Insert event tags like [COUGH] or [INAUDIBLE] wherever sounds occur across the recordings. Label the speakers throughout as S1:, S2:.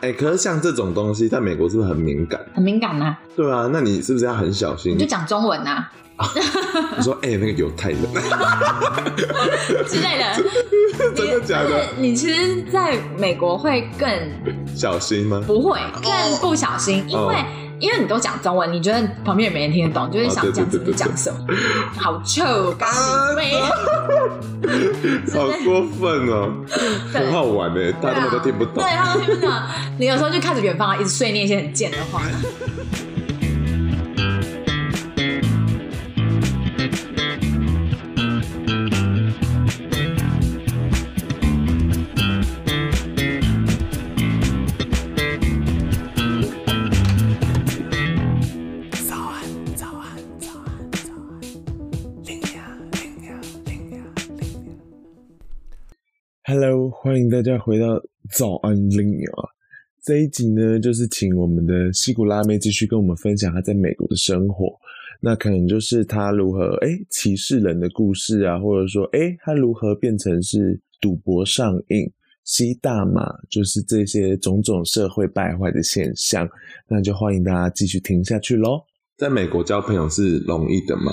S1: 哎、可是像这种东西，在美国是不是很敏感？
S2: 很敏感呐、
S1: 对啊，那你是不是要很小心
S2: 你就？讲中文啊呐、
S1: 你说，哎、那个犹太人，
S2: 之类的。
S1: [LAUGHS] 真的假的？
S2: 你其实在美国会更
S1: 小心吗？
S2: 不会，更不小心，因为、
S1: 哦
S2: 因为你都讲中文，你觉得旁边也没人听得懂，就是想讲什么就讲什么，好臭，干你妹！
S1: 好过分哦、很好玩哎、大家根本都听不懂
S2: 对。啊他们听不懂。你有时候就看着远方啊，一直碎念一些很贱的
S1: [LAUGHS]
S2: 话。
S1: Hello，欢迎大家回到早安领鸟啊！这一集呢，就是请我们的西谷辣妹继续跟我们分享她在美国的生活。那可能就是她如何哎歧视人的故事啊，或者说哎她如何变成是赌博上瘾、吸大麻，就是这些种种社会败坏的现象。那就欢迎大家继续听下去喽。在美国交朋友是容易的吗？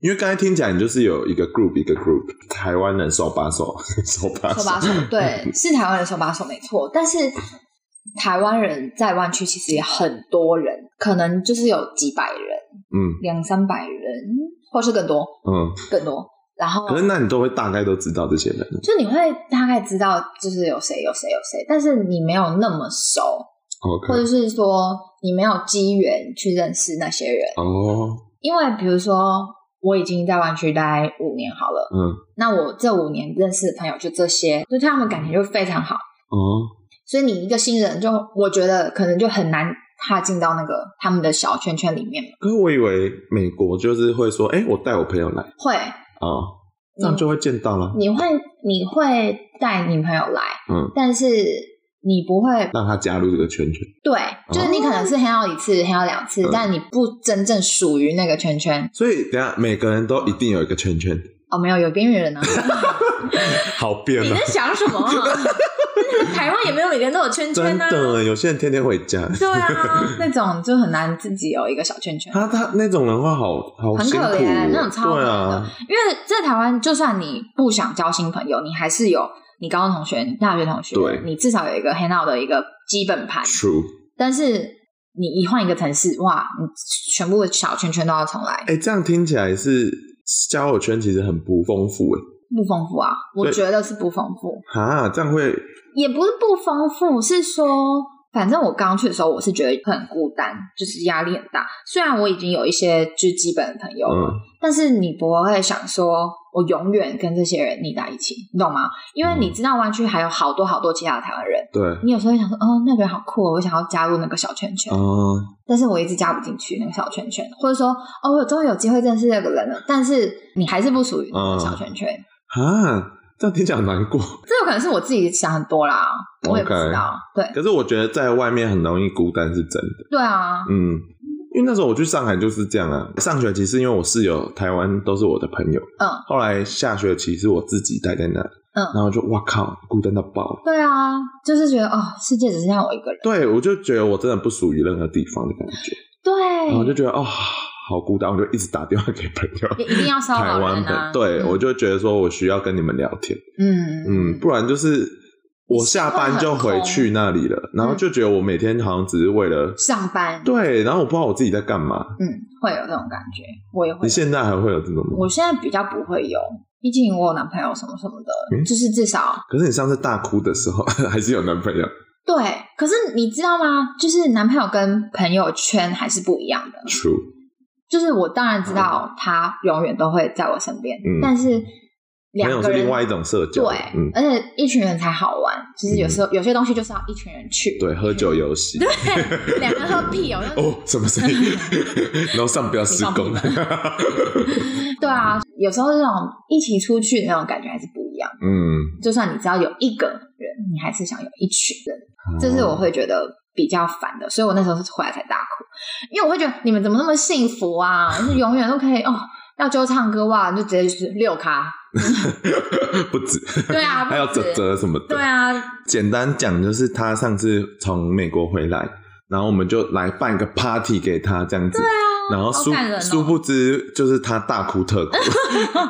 S1: 因为刚才听起来你就是有一个 group 一个 group，台湾人手把手 [LAUGHS] 手把
S2: 手把手，对，是台湾人手把手没错，但是台湾人在湾区其实也很多人，可能就是有几百人，
S1: 嗯
S2: 两三百人，或是更多
S1: 嗯，
S2: 更多。哦然后
S1: 可是那你都会大概都知道这些人，
S2: 就你会大概知道就是有谁有谁有谁，但是你没有那么熟，或
S1: OK
S2: 者是说你没有机缘去认识那些人，
S1: 哦，
S2: 因为比如说。我已经在湾区待五年好了，
S1: 嗯
S2: 那我这五年认识的朋友就这些，对他们感情就非常好。
S1: 哦，
S2: 所以你一个新人就，我觉得可能就很难踏进到那个他们的小圈圈里面了。
S1: 可是我以为美国就是会说，哎、我带我朋友来
S2: 会，
S1: 哦，
S2: 嗯
S1: 这样就会见到了，
S2: 你会你会带女朋友来，
S1: 嗯，
S2: 但是你不会
S1: 让他加入这个圈圈，
S2: 对，就是你可能是黑到一次，黑到两次
S1: 嗯，
S2: 但你不真正属于那个圈圈。
S1: 所以等一下每个人都一定有一个圈圈，
S2: 哦，没有，有边缘人啊！
S1: 好变
S2: [LAUGHS] 你
S1: 啊
S2: 在，想什么、 [LAUGHS] 啊？那个台湾也没有每个人都有圈
S1: 真
S2: 圈啊。
S1: 的，有些人天天回家，
S2: 对啊， [LAUGHS] 那种就很难自己有一个小圈圈。
S1: 他他那种人话好好
S2: 很
S1: 辛苦
S2: 可
S1: 哦，
S2: 怜那种超可怜
S1: 对
S2: 的
S1: 啊，
S2: 因为在台湾，就算你不想交新朋友，你还是有你高中同学、你大学同学
S1: 对，
S2: 你至少有一个 hang out 的一个基本盘。
S1: true。
S2: 但是你一换一个城市，哇，你全部的小圈圈都要重来，
S1: 哎、这样听起来是交友圈其实很不丰富哎、
S2: 不丰富啊！我
S1: 对
S2: 觉得是不丰富，
S1: 哈，这样会
S2: 也不是不丰富，是说。反正我刚去的时候，我是觉得很孤单，就是压力很大。虽然我已经有一些就是基本的朋友了，
S1: 嗯
S2: 但是你不会想说，我永远跟这些人腻在一起，你懂吗？因为你知道湾区还有好多好多其他的台湾人，
S1: 对，
S2: 你有时候会想说，哦，那个人好酷、哦，我想要加入那个小圈圈，
S1: 哦、
S2: 但是我一直加不进去那个小圈圈，或者说，哦，我终于有机会认识那个人了，但是你还是不属于那个小圈圈，
S1: 啊，这样听起来很难过。
S2: 这有可能是我自己想很多啦，我也不知道对
S1: 可是我觉得在外面很容易孤单是真的，
S2: 对啊，
S1: 嗯，因为那时候我去上海就是这样啊。上学期是因为我室友台湾都是我的朋友，
S2: 嗯
S1: 后来下学期是我自己待在那，
S2: 嗯
S1: 然后就哇靠，孤单到爆。
S2: 对啊，就是觉得哦，世界只剩下我一个人，
S1: 对，我就觉得我真的不属于任何地方的感觉，然后我就
S2: 对，
S1: 觉得哦，好孤单，我就一直打电话给朋
S2: [LAUGHS]
S1: 友，
S2: 也一定要骚
S1: 台
S2: 扰
S1: 湾
S2: 人
S1: 朋
S2: 啊，
S1: 对、
S2: 嗯
S1: 我就觉得说我需要跟你们聊天，
S2: 嗯
S1: 嗯，不然就是我下班就回去那里了，然
S2: 嗯
S1: 后就觉得我每天好像只是为了、
S2: 上班
S1: 对，然后我不知道我自己在干嘛。
S2: 嗯，会有这种感觉，我也会
S1: 你
S2: 有。
S1: 现在还会有这种吗？
S2: 我现在比较不会有，毕竟我有男朋友什么什么的，
S1: 嗯
S2: 就是至少
S1: 可是你上次大哭的时候 [LAUGHS] 还是有男朋友
S2: 对。可是你知道吗？就是男朋友跟朋友圈还是不一样的。
S1: ，True，
S2: 就是我当然知道他永远都会在我身边，
S1: 嗯
S2: 但是
S1: 朋
S2: 两
S1: 友
S2: 个
S1: 是
S2: 人
S1: 另外一种社交，
S2: 对，
S1: 嗯，
S2: 而且一群人才好玩。就是有时候、有些东西就是要一群人去，
S1: 对，喝酒游戏，
S2: 对，两个人喝屁哦。那
S1: 哦，什么声音？然后上不要施工
S2: 你，对啊，有时候这种一起出去的那种感觉还是不一样。
S1: 嗯，
S2: 就算你只要有一个人，你还是想有一群人。
S1: 哦
S2: 这是我会觉得比较烦的，所以我那时候是回来才大哭，因为我会觉得你们怎么那么幸福啊，就是永远都可以哦，要揪唱歌哇，你就直接就是
S1: [LAUGHS]
S2: 六咖，
S1: [LAUGHS] 不止， [LAUGHS]
S2: 对啊，
S1: 还有
S2: 不止
S1: 泽泽什么的。
S2: 对啊，
S1: 简单讲就是他上次从美国回来，然后我们就来办一个 party 给他这样子。对啊。然后殊
S2: 好感人哦
S1: 殊不知，就是他大哭特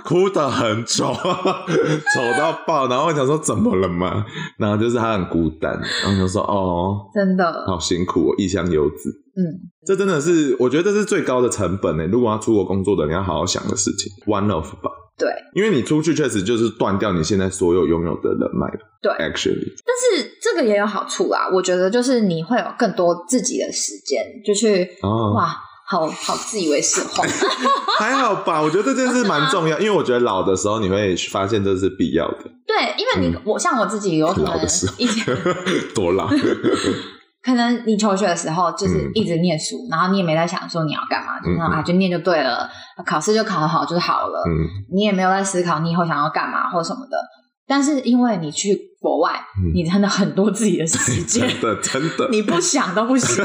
S1: 哭，哭得很丑，丑到爆。然后我想说怎么了嘛？然后就是他很孤单，然后我想说哦，
S2: 真的，
S1: 好辛苦哦，异乡游子。
S2: 嗯，
S1: 这真的是，我觉得这是最高的成本欸呢。如果要出国工作的，你要好好想的事情，one of 吧。
S2: 对，
S1: 因为你出去确实就是断掉你现在所有拥有的人脉了。
S2: 对
S1: ，actually，
S2: 但是这个也有好处啊啦，我觉得就是你会有更多自己的时间，就去、
S1: 哦，
S2: 哇，好好自以为是话， [LAUGHS]
S1: 还好吧？我觉得这件事蛮重要，因为我觉得老的时候你会发现这是必要的。 [LAUGHS]
S2: 对，因为你、我像我自己有可
S1: 嗯老
S2: 能
S1: 的时候
S2: 以前。
S1: 多
S2: [LAUGHS]
S1: 老？
S2: 可能你求学的时候就是
S1: 嗯
S2: 一直念书，然后你也没在想说你要干嘛，就是
S1: 嗯嗯
S2: 啊就念就对了，考试就考得好就好了，
S1: 嗯
S2: 你也没有在思考你以后想要干嘛或什么的。但是因为你去国外，
S1: 嗯
S2: 你真的很多自己的时
S1: [LAUGHS]
S2: 间，
S1: 真的真的，
S2: 你不想都
S1: [LAUGHS]
S2: 不行。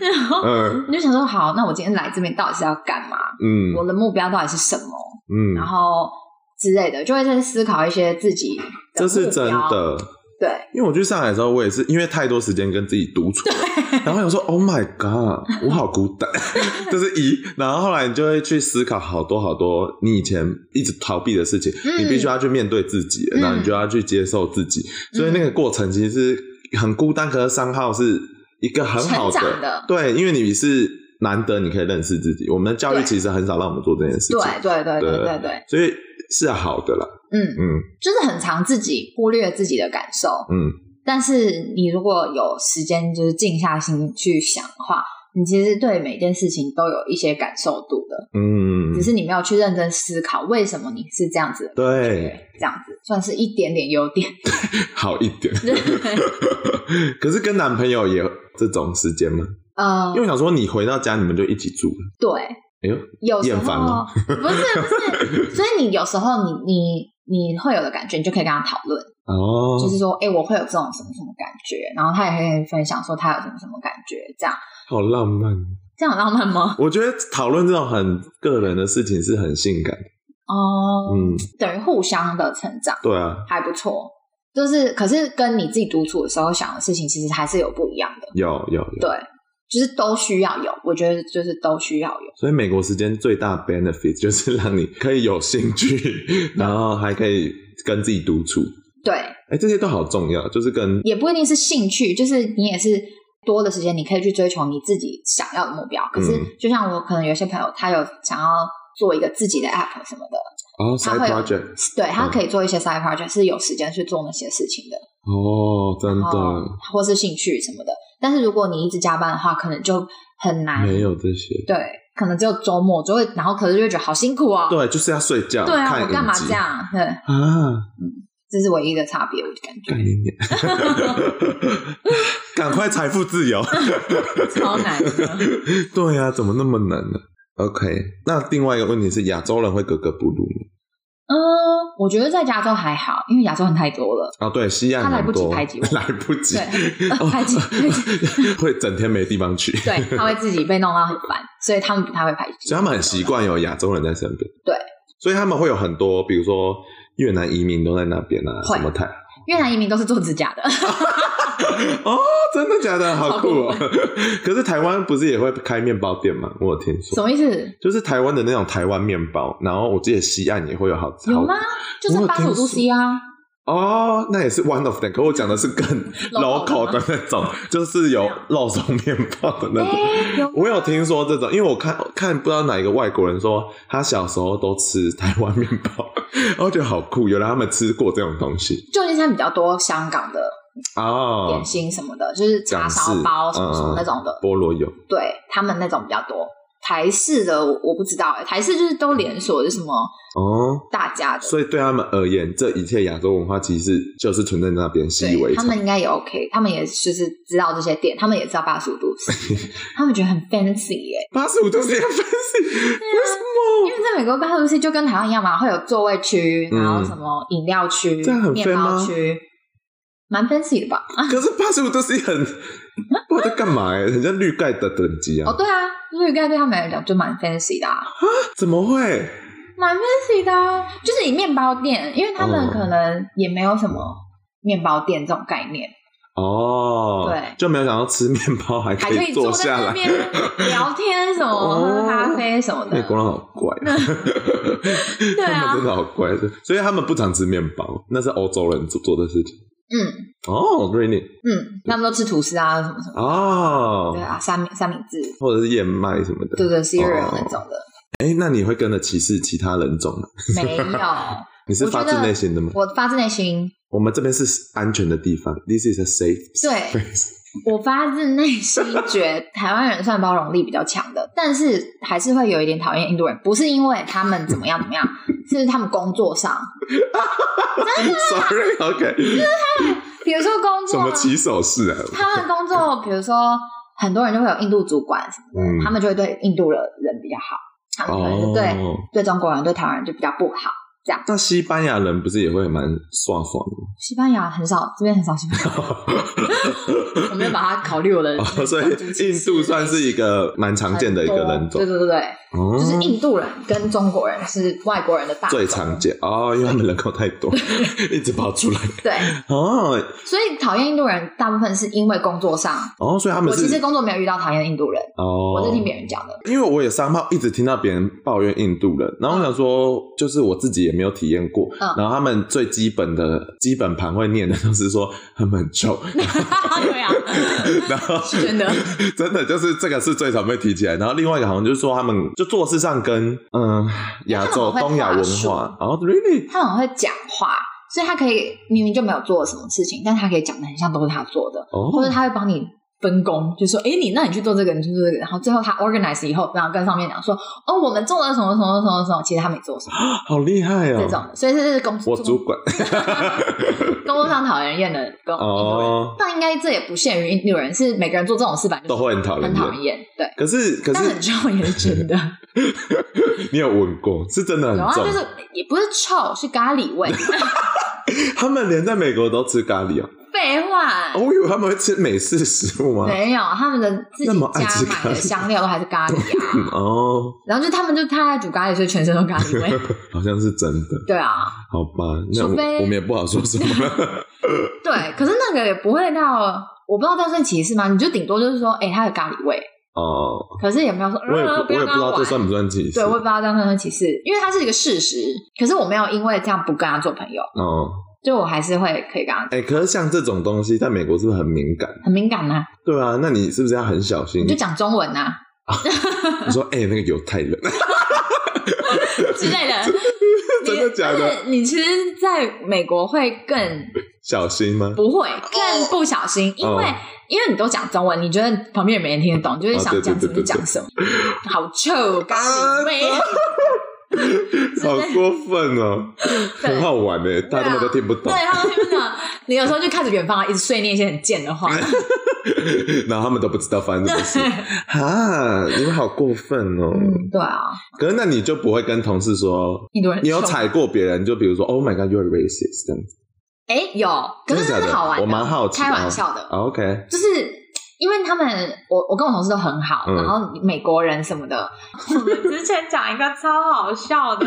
S2: 然后
S1: 嗯
S2: 你就想说，好，那我今天来这边到底是要干嘛？
S1: 嗯
S2: 我的目标到底是什么？然
S1: 嗯，
S2: 后之类的，就会在思考一些自己的
S1: 这是
S2: 目
S1: 真
S2: 标。
S1: 的。
S2: 对，
S1: 因为我去上海的时候，我也是因为太多时间跟自己独
S2: [LAUGHS]
S1: 处了，然后想说 “Oh my god”，我好孤单，这是一。然后后来你就会去思考好多好多你以前一直逃避的事情，
S2: 嗯
S1: 你必须要去面对自己，
S2: 嗯
S1: 然后你就要去接受自己。所以那个过程其实是很孤单，可是三号是一个很好
S2: 成长的
S1: 对，因为你是难得你可以认识自己。我们的教育
S2: 对
S1: 其实很少让我们做这件事情，
S2: 对，对，对，对，
S1: 对
S2: 对，对，
S1: 所以是好的啦。
S2: 嗯。
S1: 嗯
S2: 就是很常自己忽略自己的感受，
S1: 嗯，
S2: 但是你如果有时间，就是静下心去想的话，你其实对每件事情都有一些感受度的，
S1: 嗯，
S2: 只是你没有去认真思考为什么你是这样子的。
S1: 对，
S2: 这样子算是一点点优
S1: [LAUGHS]
S2: 点， [LAUGHS]
S1: 好一点。
S2: 对，
S1: [LAUGHS] 可是跟男朋友也有这种时间吗？
S2: 呃
S1: 因为，我想说，你回到家你们就一起住了。
S2: 对，
S1: 哎呦，
S2: 有时
S1: 厌烦哦
S2: 候
S1: 了
S2: 不是不是，所以你有时候你你你会有的感觉，你就可以跟他讨论，
S1: 哦，
S2: 就是说，哎、我会有这种什么什么感觉，然后他也可以分享说他有什么什么感觉，这样
S1: 好浪漫。
S2: 这样很浪漫吗？
S1: 我觉得讨论这种很个人的事情是很性感的。
S2: 哦、
S1: 嗯，
S2: 等于互相的成长，
S1: 对啊，
S2: 还不错。就是，可是跟你自己独处的时候想的事情，其实还是有不一样的。
S1: 有有有。
S2: 对，就是都需要有，我觉得就是都需要有。
S1: 所以美国时间最大 benefit 就是让你可以有兴
S2: [LAUGHS]
S1: 趣，然后还可以跟自己独处。
S2: 对，
S1: 哎、这些都好重要，就是跟
S2: 也不一定是兴趣，就是你也是多的时间，你可以去追求你自己想要的目标。可是
S1: 嗯，
S2: 就像我可能有些朋友，他有想要做一个自己的 app 什么的，
S1: 哦
S2: 他
S1: side
S2: 会有
S1: project，
S2: 对
S1: 嗯
S2: 他可以做一些 side project，是有时间去做那些事情的。
S1: 哦，真
S2: 哦
S1: 的，
S2: 或是兴趣什么的。但是如果你一直加班的话，可能就很难。
S1: 没有这些。
S2: 对，可能只有周末就会，然后可是就会觉得好辛苦哦。
S1: 对，就是要睡觉，
S2: 对啊，
S1: 看
S2: 我干嘛
S1: 影集
S2: 这样？对，
S1: 啊？
S2: 这是唯一的差别，我感觉
S1: 干一年， [LAUGHS] 赶快财富自
S2: [LAUGHS]
S1: 由。 [LAUGHS]
S2: 超难的。
S1: 对呀、怎么那么难呢、OK，那另外一个问题是，亚洲人会格格不入吗？
S2: 嗯，我觉得在加州还好，因为亚洲人太多了，
S1: 啊，对，西岸
S2: 他来不
S1: 很
S2: 及
S1: 多，
S2: 排挤我
S1: [LAUGHS] 来不及，
S2: 对，呃排挤，排挤
S1: [LAUGHS] 会整天没地方去。
S2: 对，他会自己被弄到很烦，所以他们不太会排挤。
S1: 所以他们很习惯有亚洲人在身边。
S2: 对，
S1: 所以他们会有很多，比如说越南移民都在那边啊，
S2: 会
S1: 什么泰
S2: 越南移民都是做指甲的， [LAUGHS]
S1: 哦，真的假的？好酷哦 [LAUGHS]
S2: 好！
S1: 可是台湾不是也会开面包店吗？我有听说
S2: 什。么意思？
S1: 就是台湾的那种台湾面包，然后我记得西岸也会有好
S2: 有吗？就是巴蜀
S1: 我有听
S2: 都 C 啊，
S1: 好哦，那也是 one of them。可我讲的是更
S2: [LAUGHS] Local
S1: local
S2: 的
S1: 的那种，就是有肉松面包的那种。
S2: 哎，有
S1: 我有听说这种，因为我看看不知道哪一个外国人说他小时候都吃台湾面包，然后我觉得好酷，原来他们吃过这种东西
S2: 旧金山比较多香港的
S1: 哦
S2: 点。心什么的，就是叉
S1: 港式
S2: 烧包什么什么
S1: 哦嗯嗯
S2: 那种的，
S1: 菠萝油
S2: 对他们那种比较多。台式的我我不知道、欸，台式就是都连锁，就是什么
S1: 哦，
S2: 大家的，
S1: 所以对他们而言，这一切亚洲文化其实就是存在那边习以
S2: 对
S1: 为
S2: 他
S1: 常。
S2: 们应该也 OK，他们也就是知道这些店，他们也知道八十
S1: [LAUGHS]
S2: 五度 C，他们觉得很 fancy 耶、
S1: 八十五度 C 分析，
S2: [LAUGHS]
S1: 为
S2: 因为在美国八十五度 C 就跟台湾一样嘛，会有座位区，
S1: 嗯
S2: 然后什么饮料区
S1: 这样、很
S2: 面包
S1: fan 吗
S2: 区，蛮 fancy 的吧？
S1: 可是八十五度 C 很，我在干嘛、欸？人家绿盖的等级啊，
S2: 哦，对啊，绿盖对他们来讲就蛮 fancy 的、啊，
S1: 怎么会？
S2: 蛮 fancy 的、啊。就是以面包店，因为他们
S1: 哦
S2: 可能也没有什么面包店这种概念，
S1: 哦，
S2: 对
S1: 就没有想到吃面包还
S2: 还
S1: 可
S2: 可
S1: 以
S2: 以
S1: 坐
S2: 坐
S1: 下
S2: 在那
S1: 来。 [LAUGHS]
S2: 边聊天什么、
S1: 哦
S2: 喝咖啡什么
S1: 那
S2: 的。
S1: 光好怪，啊
S2: [LAUGHS]
S1: 对
S2: 啊
S1: 他们真的好怪，所以他们不常吃面包，那是欧洲人做做的事情。
S2: 嗯
S1: 哦，really
S2: 嗯，他们都吃吐司啊什么什么，
S1: 哦
S2: 对，啊，三明三明治，
S1: 或者是燕麦什么的。
S2: 对对
S1: 哦
S2: ，cereal 那种的，
S1: 哎，那你会跟着歧视其他人种吗？
S2: 没有。
S1: 你是
S2: 我觉
S1: 发
S2: 得
S1: 自内心的吗？
S2: 我发自内心，
S1: 我们这边是安全的地方，This is a safe [LAUGHS]
S2: 对
S1: place。
S2: 我发自内心觉得台湾人算包容力比较强的，但是还是会有一点讨厌印度人，不是因为他们怎么样怎么样，是他们工作上， [LAUGHS]
S1: Sorry，OK，
S2: 比如说工
S1: 什
S2: 作啊
S1: 么，起手式啊？
S2: 他们工作，比如说很多人就会有印度主管什么的，
S1: 嗯
S2: 他们就会对印度的人比较好，他们可能
S1: 哦
S2: 是，对、对中国人对台湾人就比较不好。
S1: 那西班牙人不是也会蛮爽爽
S2: 西班牙很少，这边很少西
S1: [LAUGHS]
S2: 班牙人，我没有把它考虑我的
S1: 的？
S2: [LAUGHS] 那
S1: [LAUGHS]
S2: 个
S1: 哦，所以
S2: 种族歧
S1: 印
S2: 视
S1: 度算是一个蛮
S2: 很
S1: 常见的一个
S2: 多
S1: 人种
S2: 对，对对对。
S1: 哦
S2: 就是印度人跟中国人是外国人的大
S1: 最
S2: 宗
S1: 常见哦，因为他们人口太
S2: [LAUGHS]
S1: 多，一直跑出来
S2: 对，
S1: 哦
S2: 所以讨厌印度人大部分是因为工作上。
S1: 哦，所以他们
S2: 我其
S1: 是
S2: 实工作没有遇到讨厌的印度人，
S1: 哦，
S2: 我是听别人讲的。
S1: 因为我也三炮一直听到别人抱怨印度人，然后我想说，就是我自己也没有体验过。
S2: 嗯
S1: 然后他们最基本的基本盘会念的都是说他们很
S2: [LAUGHS]
S1: 臭，
S2: [LAUGHS] 对啊，
S1: 然后
S2: 是真的，
S1: [LAUGHS] 真的就是这个是最常被提起来。然后另外一个好像就是说他们就做事上跟嗯亚洲
S2: 因为他们很会
S1: 东亚文
S2: 话术
S1: 化，然后 really
S2: 他很会讲话，所以他可以明明就没有做什么事情，但他可以讲的很像都是他做的，
S1: 哦
S2: 或者他会帮你。分工就说，哎，你那你去做这个，你去做这个，然后最后他
S1: 嗯
S2: organize 以后，然后跟上面讲说，哦，我们做了什么什么什么什么，其实他没做什么
S1: 好厉害
S2: 这
S1: 哦，
S2: 种，所以这是工
S1: 我
S2: 作
S1: 主管
S2: 工作上讨人厌的跟印度人，
S1: 哦
S2: 但应该这也不限于印度人，是每个人做这种事吧，
S1: 都会很讨人
S2: 很讨
S1: 厌。
S2: 厌，对。
S1: 可是可
S2: 但很
S1: 是
S2: 臭也是
S1: [LAUGHS]
S2: 真的，
S1: 你有闻过，是真的
S2: 有啊，
S1: 很重
S2: 就。是也不是臭，是咖喱味。 [LAUGHS]
S1: 他们连在美国都吃咖喱哦。
S2: 废话，
S1: 哦我以为他们会吃美式食物吗？
S2: 没有，他们的自
S1: 那
S2: 己
S1: 么爱
S2: 家
S1: 吃
S2: 买
S1: 咖
S2: 的
S1: 喱
S2: 香料都还是
S1: [LAUGHS]
S2: 咖喱啊。
S1: 嗯哦，
S2: 然后就他们就太爱煮咖喱，所以全身都咖喱味。
S1: [LAUGHS] 好像是真的，
S2: 对啊，
S1: 好吧，那我
S2: 除非
S1: 我们也不好说什么
S2: [LAUGHS]
S1: 了。
S2: 对，可是那个也不会到，我不知道这算歧视吗？你就顶多就是说，哎，它有咖喱味，
S1: 哦，
S2: 可是也没有说，
S1: 我也不
S2: 呃不
S1: 我
S2: 要
S1: 也
S2: 跟
S1: 不知
S2: 他
S1: 道这
S2: 玩。
S1: 算不算歧视
S2: 对，我也不知道这样算不算歧视，因为它是一个事实。可是我没有因为这样不跟他做朋友，
S1: 哦。
S2: 就我还是会可以跟他
S1: 哎、可是像这种东西，在美国是不是很敏感？
S2: 很敏感呐、
S1: 对啊，那你是不是要很小心？
S2: 你就
S1: 你
S2: 讲中文呐、啊 [LAUGHS]
S1: 说，哎、那个犹太人， [LAUGHS]
S2: 之类的。
S1: 真的
S2: 你
S1: 假的？
S2: 而且你其实在美国会更
S1: 小心吗？
S2: 不会，更不小心，因为、
S1: 哦
S2: 因为你都讲中文，你觉得旁边也没人听得懂，就是
S1: 哦对
S2: 想
S1: 对
S2: 讲
S1: 对
S2: 什么就
S1: 对
S2: 讲什么，好
S1: [LAUGHS]
S2: 臭，干
S1: 啊
S2: 味。
S1: 好过分哦，
S2: 对啊
S1: 很好玩哎，大家根本都听不懂
S2: [LAUGHS] 对，，他们听不懂。你有时候就看着远方，一直碎念一些很贱
S1: [LAUGHS]
S2: 的话。
S1: 然后他们都不知道发生什么事。哈，你们好过分哦！
S2: 嗯， [LAUGHS] 对啊，
S1: 可是那你就不会跟同事说，
S2: 印度人
S1: [LAUGHS]
S2: 很
S1: 你有
S2: 臭？
S1: 踩过别人，就比如说，Oh my God, you're racist 这样子。
S2: 哎，有，可是
S1: 真的假
S2: 这是
S1: 的
S2: 好玩
S1: 我蛮好奇的
S2: 开玩笑的，
S1: 啊 OK，
S2: 就是因为他们，我我跟我同事都很好，
S1: 嗯
S2: 然后美国人什么的，我们之前讲一个超好笑
S1: [LAUGHS]
S2: 的，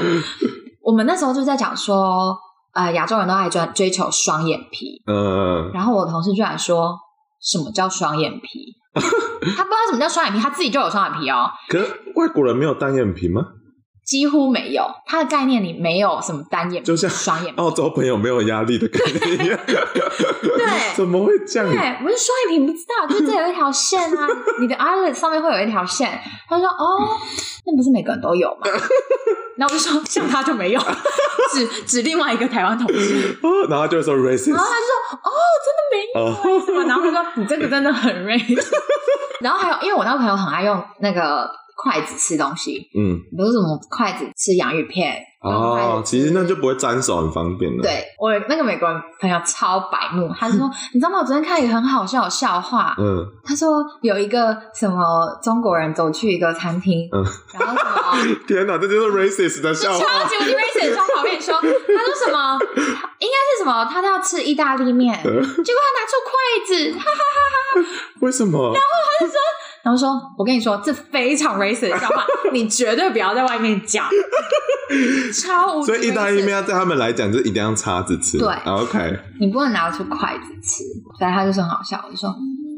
S2: 我们那时候就在讲说，呃，亚洲人都爱追追求双眼皮，
S1: 嗯，
S2: 然后我同事居然说什么叫双眼
S1: [LAUGHS]
S2: 皮，他不知道什么叫双眼皮，他自己就有双眼皮哦，
S1: 可是外国人没有单眼皮吗？
S2: 几乎没有，他的概念里没有什么单眼皮，
S1: 就像
S2: 双眼皮，
S1: 澳洲朋友没有压力的概念一样，
S2: 对
S1: [LAUGHS] 怎么会这样？
S2: 对，我是双眼皮，你不知道，就这有一条线啊，你的 eyelid 上面会有一条线。他说：“哦，那不是每个人都有吗？”然后我就说：“像他就没有， [LAUGHS] 只只另外一个台湾
S1: [LAUGHS]
S2: 同事。
S1: 哦然后就会说” racist
S2: 然后他就说：“哦，真
S1: 哦，
S2: 的没有什么。”然后他说：“你这个真的很 r a c 然后还有，因为我那个朋友很爱用那个筷子吃东西，
S1: 嗯，
S2: 比如什么筷子吃洋芋片用筷
S1: 哦
S2: 子，吃
S1: 其实那就不会沾手，很方便了。，
S2: 对我那个美国人朋友超白目，他就说：“你知道吗？我昨天看一个很好笑的笑话，
S1: 嗯，
S2: 他说有一个什么中国人走去一个餐厅，
S1: 嗯
S2: 然后什么笑，
S1: 天哪，这就是 racist 的 [LAUGHS] 笑话。
S2: 超级无敌危险的笑话。我跟你说，他说什么？应该是什么？他要吃意大利面，结
S1: 嗯
S2: 果他拿出筷子，哈哈哈哈哈。
S1: 呃为什么？
S2: 然后说：“我跟你说，这非常 racist 的笑话，你绝对不要在外面讲，超无敌
S1: 所以意大利
S2: racist
S1: 面要对他们来讲，就一定要叉子吃。啊
S2: 对
S1: ，OK， [LAUGHS]
S2: 你不能拿出筷子吃。”反正他就说很好笑，我就说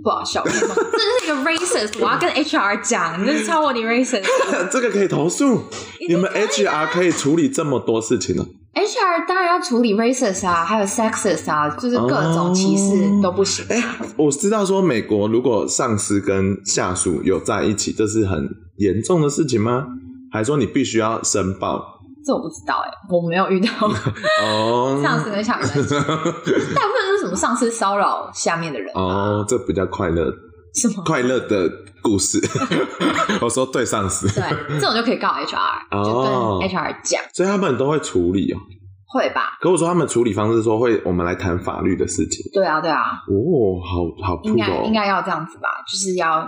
S2: 不好笑，我跟你说这是一个 racist，我要跟 HR 讲，你这是超我的 racist。
S1: 这个可以投诉。你
S2: 一定啊
S1: 们 HR 可以处理这么多事情呢、
S2: HR 当然要处理 racist 啊，还有 sexist 啊，就是各种歧视都不行。
S1: 哎、我知道说美国如果上司跟下属有在一起，这是很严重的事情吗？还说你必须要申报？
S2: 这我不知道哎、我没有
S1: [LAUGHS]
S2: 遇到
S1: 哦，
S2: 上司跟下
S1: [LAUGHS]
S2: 面的，大部分都是什么上司骚扰下面的人，
S1: 哦，这比较快乐，
S2: 什
S1: [LAUGHS]
S2: 么
S1: 快乐的故
S2: [LAUGHS]
S1: 事。我说对上司，
S2: 对，这种就可以告 HR，、
S1: 哦
S2: 就跟 HR 讲，
S1: 所以他们都会处理哦。
S2: 会吧？
S1: 可我说他们处理方式说会，我们来谈法律的事情。
S2: 对啊，对啊，
S1: 哦，好好酷
S2: 应该、
S1: 哦，
S2: 应该要这样子吧，就是要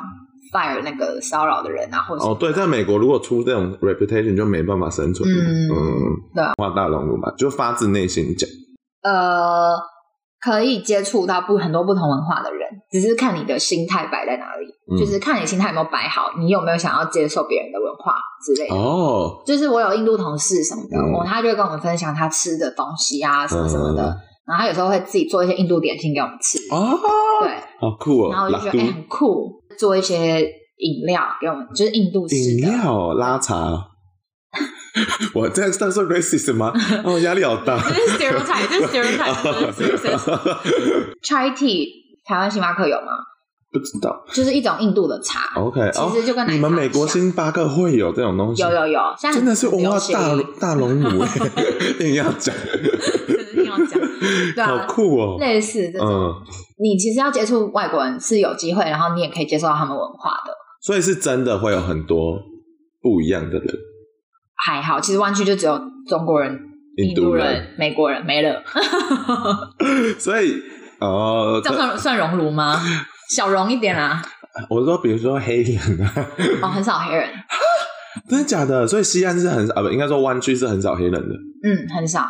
S2: fire 那个骚扰的人啊，或者是、
S1: 哦，对，在美国如果出这种 reputation 就没办法生存。
S2: 嗯对啊
S1: 画大龙路吧，就发自内心讲。
S2: 呃，可以接触到不很多不同文化的人，只是看你的心态摆在哪里，
S1: 嗯
S2: 就是看你心态有没有摆好，你有没有想要接受别人的文化之类的。
S1: 哦，
S2: 就是我有印度同事什么的，
S1: 嗯
S2: 我、他就会跟我们分享他吃的东西啊，什么什么的。
S1: 嗯
S2: 然后他有时候会自己做一些印度点心给我们吃，
S1: 哦，
S2: 对，
S1: 好酷哦，
S2: 然后我就觉得哎、
S1: 拉
S2: 很酷，做一些饮料给我们，就是印度式
S1: 饮
S2: 的。
S1: 料拉茶。 [LAUGHS] 我这这是 racist
S2: [LAUGHS]
S1: 吗？哦，压力好大。
S2: 这是 stereotype，这是 stereotype，
S1: [LAUGHS]
S2: 这是 stereotype。Chai tea，台湾星巴克有吗？
S1: 不知道。
S2: 就是一种印度的茶，
S1: OK，哦
S2: 其，实就跟奶
S1: 你们
S2: 茶
S1: 美国
S2: 像
S1: 星巴克会有这种东西？
S2: 有有有，现在很
S1: 真的是文化
S2: 流行
S1: 大
S2: [LAUGHS]
S1: 大龙舞， [LAUGHS] 硬要讲，
S2: 真的一定要讲，
S1: [LAUGHS]
S2: 对
S1: 好
S2: 啊，
S1: 酷哦。
S2: 类似这种，
S1: 嗯，
S2: 你其实要接触外国人是有机会，然后你也可以接受到他们文化的。
S1: 所以是真的会有很多不一样的人，
S2: 还好，其实湾区就只有中国人、印
S1: 度
S2: 人、美国人没
S1: [LAUGHS]
S2: 了，
S1: 所以哦，
S2: 这样算算熔炉吗？小熔一点
S1: [LAUGHS]
S2: 啦、
S1: 我说比如说黑人啊，
S2: 哦，很少黑人，
S1: 真的假的？所以西安是很少啊，不应该说湾区是很少黑人的。
S2: 嗯，很少，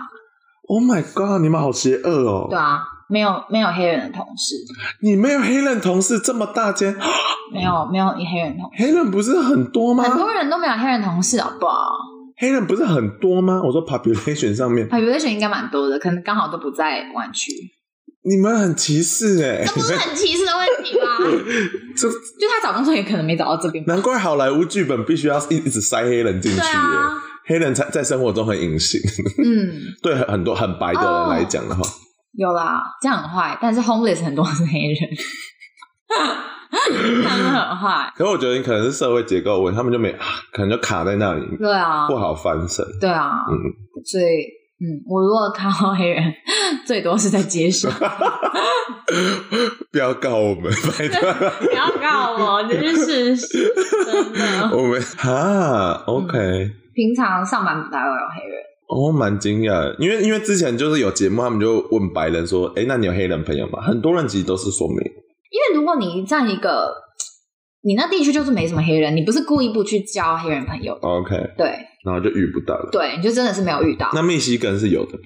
S1: Oh my god！你们好邪恶哦！
S2: 对啊，没有没有黑人的同事，
S1: 你没有黑人同事这么大间， [GASPS]
S2: 没有没有黑人同
S1: 黑人不是很多吗？
S2: 很多人都没有黑人同事，好不好
S1: 黑人不是很多吗？我说 population 上面，
S2: ？population 应该蛮多的，可能刚好都不在湾区，
S1: 你们很歧视哎、
S2: [LAUGHS] 这不是很歧视的问题吗？
S1: 这
S2: 就他找工作也可能没找到这边吧。
S1: 难怪好莱坞剧本必须要一一直塞黑人进去、欸
S2: 对啊，
S1: 黑人才在生活中很隐形，
S2: 嗯，
S1: [LAUGHS] 对很多很白的人
S2: 哦
S1: 来讲的话，
S2: 有啦，这样很坏，但是 homeless 很多是黑人，他们很坏。
S1: 可是我觉得你可能是社会结构问题，他们就没、啊可能就卡在那里，
S2: 对啊
S1: 不，好翻身。
S2: 对啊，所以嗯，我如果看到黑人，最多是在街上，
S1: 不要告我们，拜
S2: [LAUGHS]
S1: 托。
S2: 不要告我，这是事实，真的。
S1: [LAUGHS] 我们哈，OK，
S2: 平常上班不太会有黑人，
S1: 哦，蛮惊讶的，因为因为之前就是有节目，他们就问白人说，哎、那你有黑人朋友吗？很多人其实都是说没有，
S2: 因为如果你在一个你那地区就是没什么黑人，你不是故意不去交黑人朋友的，
S1: ，OK，
S2: 对
S1: 然后就遇不到了。
S2: 对，你就真的是没有遇到。
S1: 那密西根是有的吧？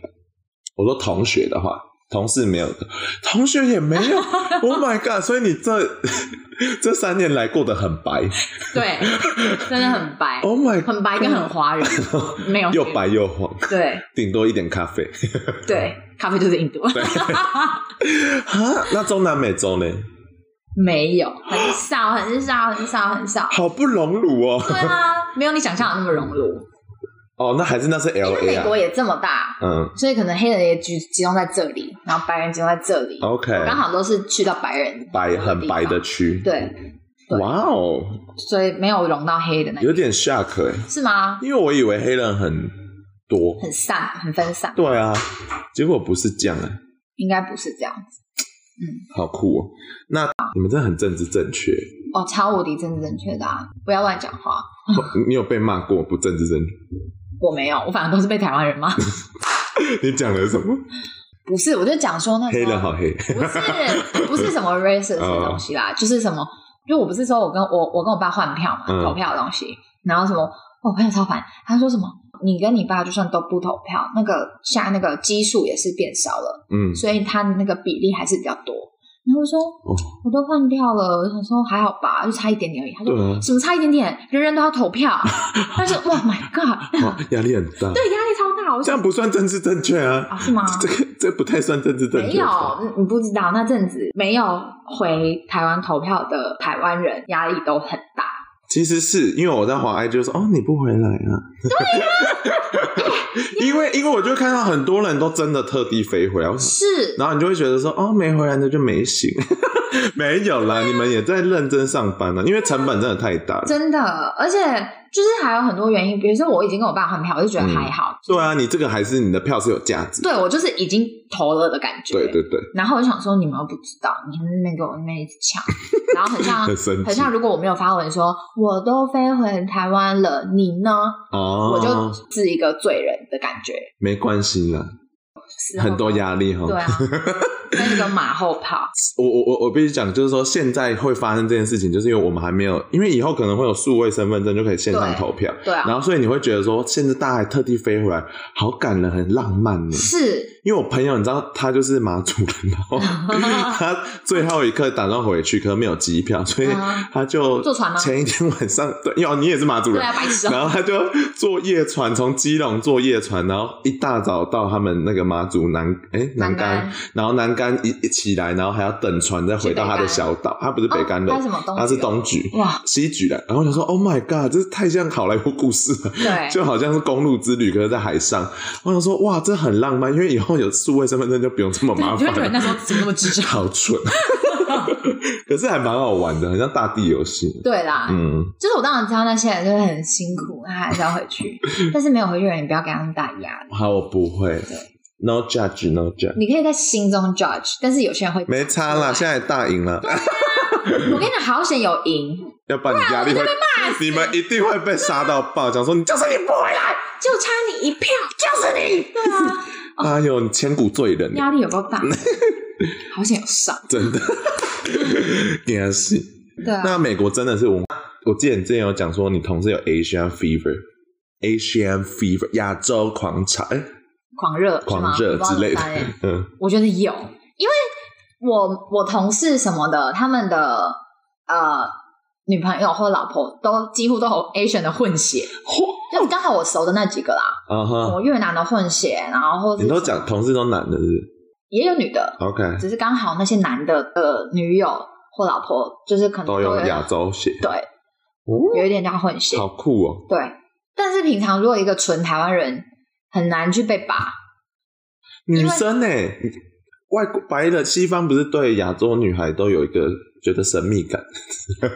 S1: 我说同学的话，同事没有的，同学也没
S2: [LAUGHS]
S1: 有。oh my god！所以你这 [LAUGHS] 这三年来过得很白。
S2: 对，真的很白，
S1: Oh my，
S2: 很白跟很华
S1: [LAUGHS]
S2: 人，没有
S1: 又白又黄，
S2: 对
S1: 顶多一点咖啡。
S2: 对，咖啡就是印度，
S1: 哈，那中南美洲呢？
S2: [LAUGHS] 没有，很少很少很少很少，
S1: 好不融入哦。
S2: 对啊，没有你想象的那么融入，
S1: [LAUGHS] 哦，那还是那是
S2: 因
S1: L
S2: 为
S1: A
S2: 美
S1: 啊
S2: 国。也这么大，
S1: 嗯
S2: 所以可能黑人也集集中在这里，然后白人集中在这里，
S1: 哦，OK，
S2: 刚好都是去到白人
S1: 白
S2: 地
S1: 很白的
S2: 方，
S1: 区。，
S2: 对，对
S1: 哇哦，
S2: 所以没有融到黑的那
S1: 有
S2: 个，
S1: 点 shock 哎、
S2: 是吗？
S1: 因为我以为黑人很多。
S2: 很散，很分散，
S1: 对啊，结果不是这样哎、
S2: 应该不是这样子。
S1: 好酷哦！那你们真的很政治正
S2: [LAUGHS]
S1: 确。
S2: 哦，超无敌政治正确的啊！不要乱讲话。
S1: 你有被骂过不政治正
S2: 我没有，我反正都是被台湾人
S1: [LAUGHS]
S2: 骂。
S1: 确？你讲了什
S2: [LAUGHS]
S1: 么？
S2: 不是，我就讲说那时
S1: 黑
S2: 候
S1: 人好黑。
S2: 不是不是什么 racist 的东
S1: [LAUGHS] 哦
S2: 西啦，就是什么，就我不是说我跟我我跟我爸换票嘛，
S1: 嗯
S2: 投票的东西，然后什么哦我朋友超烦，他说什么？你跟你爸就算都不投票，那个下那个基数也是变少了， [LAUGHS]
S1: 嗯，
S2: 所以他的那个比例还是比较多。然后我说
S1: 哦
S2: 我都换票了，我想说还好吧，就差一点点而已。他说
S1: 对啊，
S2: 什么差一点点，人人都要
S1: [LAUGHS]
S2: 投票，但是哇 my god，
S1: 哇压力很大，
S2: 对压力超大。我
S1: 这
S2: 想
S1: 样不算政治正确啊
S2: 啊， [LAUGHS] 是吗？
S1: 这个这不太算政治正确。
S2: 没有，嗯你你不知道那阵子没有回台湾投票的台湾人压力都很大。
S1: 其实是因为我在华 I 就说哦你不回来啊，
S2: 啊
S1: 对呀、 [LAUGHS] 因为因为我就看到很多人都真的特地飞回来，我想
S2: 是，
S1: 然后你就会觉得说哦没回来那就没醒， [LAUGHS] 没有啦，你们也在认真上班啊了，因为成本真的太大了。
S2: 真的，而且就是还有很多原因，比如说我已经跟我爸换票，我就觉得还好，
S1: 对啊，你这个还是你的票是有价值的。
S2: 对我就是已经投了的感觉。
S1: 对对对，
S2: 然后我就想说，你们又不知道，你们那边给我那边一直抢，然后很
S1: [LAUGHS]
S2: 像
S1: 很生
S2: 啊很
S1: 气
S2: 像，如果我没有发文说我都飞回台湾了，你呢？
S1: 哦，
S2: 我就是一个罪人的感觉，
S1: 没关系啦，
S2: 是
S1: 很多压力哈。 [LAUGHS]
S2: 对啊，那个马后炮，
S1: 我我我我必须讲，就是说现在会发生这件事情，就是因为我们还没有，因为以后可能会有数位身份证就可以线上
S2: 对
S1: 投票，
S2: 对啊，
S1: 然后所以你会觉得说，现在大家还特地飞回来，好感人，很浪漫呢。
S2: 是
S1: 因为我朋友，你知道他就是马祖人，然
S2: [LAUGHS]
S1: 后他最后一刻打算回去，可是没有机票，所以
S2: 啊
S1: 他就
S2: 坐船吗
S1: 前一天晚上，对，哟，你也是马祖
S2: 对
S1: 人
S2: 啊，，白痴
S1: 然
S2: 哦，
S1: 后他就坐夜船从基隆坐夜船，然后一大早到他们那个马祖南哎南
S2: 南
S1: 竿
S2: 竿，
S1: 然后南竿一一起来，然后还要等船再回到他的小岛，他不是北竿
S2: 哦
S1: 的，
S2: 他是什么东
S1: 他是
S2: 莒哦
S1: 东莒
S2: 哇，
S1: 西莒的。然后我想说，Oh my god，这太像好莱坞故事了。
S2: 对，
S1: [LAUGHS] 就好像是公路之旅，可是在海上。我想说，哇，这很浪漫，因为以后有数位身份证就不用这么麻
S2: 你就会
S1: 烦
S2: 觉得那
S1: 了。
S2: 时候怎么那
S1: [LAUGHS]
S2: 么智障？
S1: 好蠢，可是还蛮好玩的，很像大地游戏。
S2: 对啦，
S1: 嗯，
S2: 就是我当然知道那些人就是很辛苦，他还是要回
S1: [LAUGHS]
S2: 去，
S1: 嗯
S2: 但是没有回去的人，你不要给他们大压力，
S1: 好，我不会。No judge, no judge。
S2: 你可以在心中 judge，但是有些人会
S1: [LAUGHS] 没差
S2: 啊
S1: 啦，现在大赢了，
S2: 我跟你讲，好险有赢，
S1: [LAUGHS] 要不然你压力会，你们一定会被杀到爆，讲说你就是你不
S2: [LAUGHS]
S1: 回来，
S2: 就差你一票，就
S1: [LAUGHS]
S2: 是你。对啊，
S1: 哎呦，你千古罪人，
S2: 压力有够
S1: [LAUGHS]
S2: 大，好险有上。
S1: 真
S2: [LAUGHS]
S1: 的， [LAUGHS] 也是。
S2: 对啊，
S1: 那美国真的是文化，我记得你之前有讲说你同事有 Asian fever，Asian fever 亚洲狂潮，哎，
S2: 狂热是吗
S1: 狂热之类的
S2: 我不知道怎么翻欸，
S1: [LAUGHS] 嗯，
S2: 我觉得有，因为我我同事什么的，他们的呃女朋友或老婆都几乎都有 Asian 的混血，就刚好我熟的那几个啦，
S1: 啊
S2: 什
S1: 哈，
S2: 么越南的混血，然后或者
S1: 你都讲同事都男的是不是
S2: 也有女的，
S1: ？OK，
S2: 只是刚好那些男的的女友或老婆，就是可能
S1: 都有亚洲血，
S2: 对，
S1: 哦
S2: 有一点叫混血，
S1: 好酷哦，
S2: 对，但是平常如果一个纯台湾人很难去被拔，
S1: 女生呢、欸外国白人西方不是对亚洲女孩都有一个觉得神秘感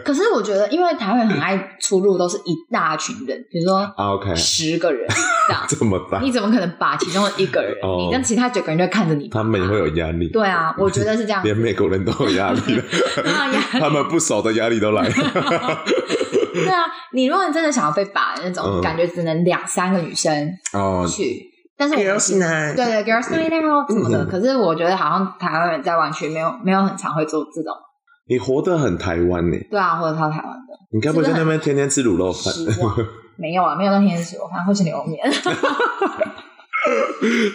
S2: 可是我觉得，因为台湾人很爱出入，都是一大群人，比如说
S1: 啊？OK，
S2: 十
S1: [LAUGHS]
S2: 个人这样，
S1: 这么大，
S2: 你怎么可能拔其中的一个人？
S1: 哦
S2: 你让其他九个人就看着你拔，
S1: 他们也会有压力。
S2: 对，啊，我觉得是
S1: [LAUGHS]
S2: 这样，
S1: 连美国人都有压力
S2: [LAUGHS]
S1: 了，
S2: 啊呀，
S1: 他们不熟的压力都来了。
S2: 对啊，你如果真的想要被拔那种，
S1: 嗯
S2: 感觉只能两三个女生
S1: 哦
S2: 去，但是我们
S1: ，Girls
S2: 是。
S1: night，
S2: 对啊对，girls night out 什么的，
S1: 嗯
S2: 可是我觉得好像台湾人在湾区没有没有很常会做这种，
S1: 你活得很台湾呢，
S2: 对啊，或者到台湾的
S1: 你该不会在那边天天吃卤肉饭？
S2: 失
S1: [LAUGHS]
S2: 望，没有啊，没有那天使，我反正会吃牛肉面。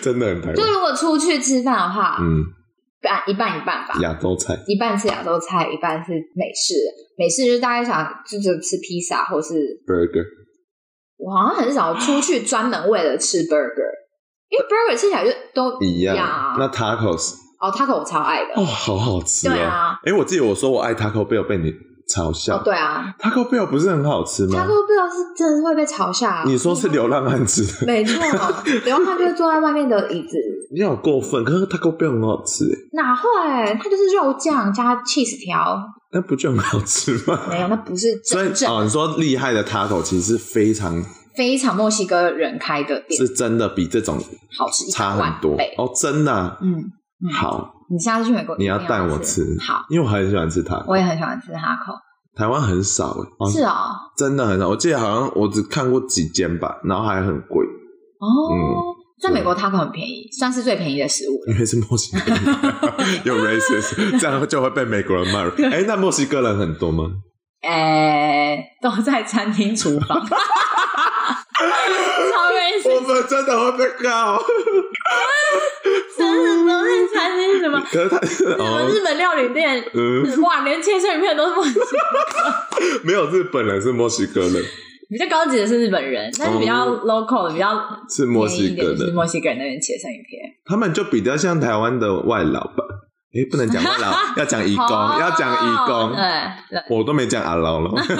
S1: 真的很台
S2: 就
S1: 湾。
S2: 如果出去吃饭的话，
S1: 嗯，
S2: 半一半一半吧，
S1: 亚洲菜
S2: 一半是亚洲菜，一半是美式。美式就是大家想就只有吃披萨，或是
S1: burger，
S2: 我好像很少出去专门为了吃 burger，因为 burger 吃起来就都
S1: 一样
S2: 呀。
S1: 那 tacos
S2: 哦，taco 我超爱的
S1: 哦，好好吃
S2: 对
S1: 哦
S2: 啊。
S1: 哎，我记得我说我爱 taco bell 被你嘲
S2: 哦
S1: 笑，
S2: 对啊
S1: Taco Bell 不是很好吃吗？
S2: ，taco 不知道是真的会被嘲笑啊。
S1: 你说是流浪汉吃的， [LAUGHS]
S2: 没错，流浪汉就是坐在外面的椅子，
S1: 你好过分。可是 Taco Bell 很好吃耶，欸
S2: 哪会？它就是肉酱加 cheese 条，
S1: 那不就很好吃吗？
S2: [LAUGHS] 没有，那不是
S1: 所以
S2: 真正
S1: 哦，你说厉害的 Taco 其实是非常
S2: 非常墨西哥人开的店
S1: 是真的比这种
S2: 好吃一
S1: 差
S2: 万
S1: 很多
S2: 倍。
S1: 哦，真的啊、
S2: 嗯，嗯，
S1: 好，
S2: 你下次去美国
S1: 你要
S2: 一定
S1: 带我
S2: 吃
S1: 吃。
S2: 好，
S1: 因为我很喜欢吃 Taco，
S2: 我也很喜欢吃哈口。
S1: 台湾很少哎、哦
S2: 是哦，
S1: 真的很少。我记得好像我只看过几间吧，然后还很贵，
S2: 哦，在
S1: 嗯对
S2: 美国塔可很便宜，算是最便宜的食物了。
S1: 因为是墨西哥
S2: [LAUGHS]
S1: 人，有 racist，这样就会被美国人骂。哎、那嗯墨西哥人很多吗？
S2: 呃
S1: [LAUGHS]
S2: 诶，都在餐厅厨房，
S1: 们真的会被告。
S2: 真的日本餐厅什么
S1: 可是他
S2: 什么
S1: 哦
S2: 日，本料理店，
S1: 嗯，
S2: 哇，连切生鱼片都是墨西哥。
S1: 没有日本人是墨西哥人，
S2: [LAUGHS] 比较高级的是日本人，但是比较
S1: 哦
S2: local 的、比较
S1: 是墨西
S2: 便宜
S1: 哥
S2: 一点就是
S1: 人，
S2: 墨西哥人那边切生鱼片，
S1: 他们就比较像台湾的外劳吧。诶，不能讲外劳，
S2: [LAUGHS]
S1: 要讲义工，
S2: 哦
S1: 要讲义工。
S2: 对
S1: 我都没讲阿劳了，
S2: 对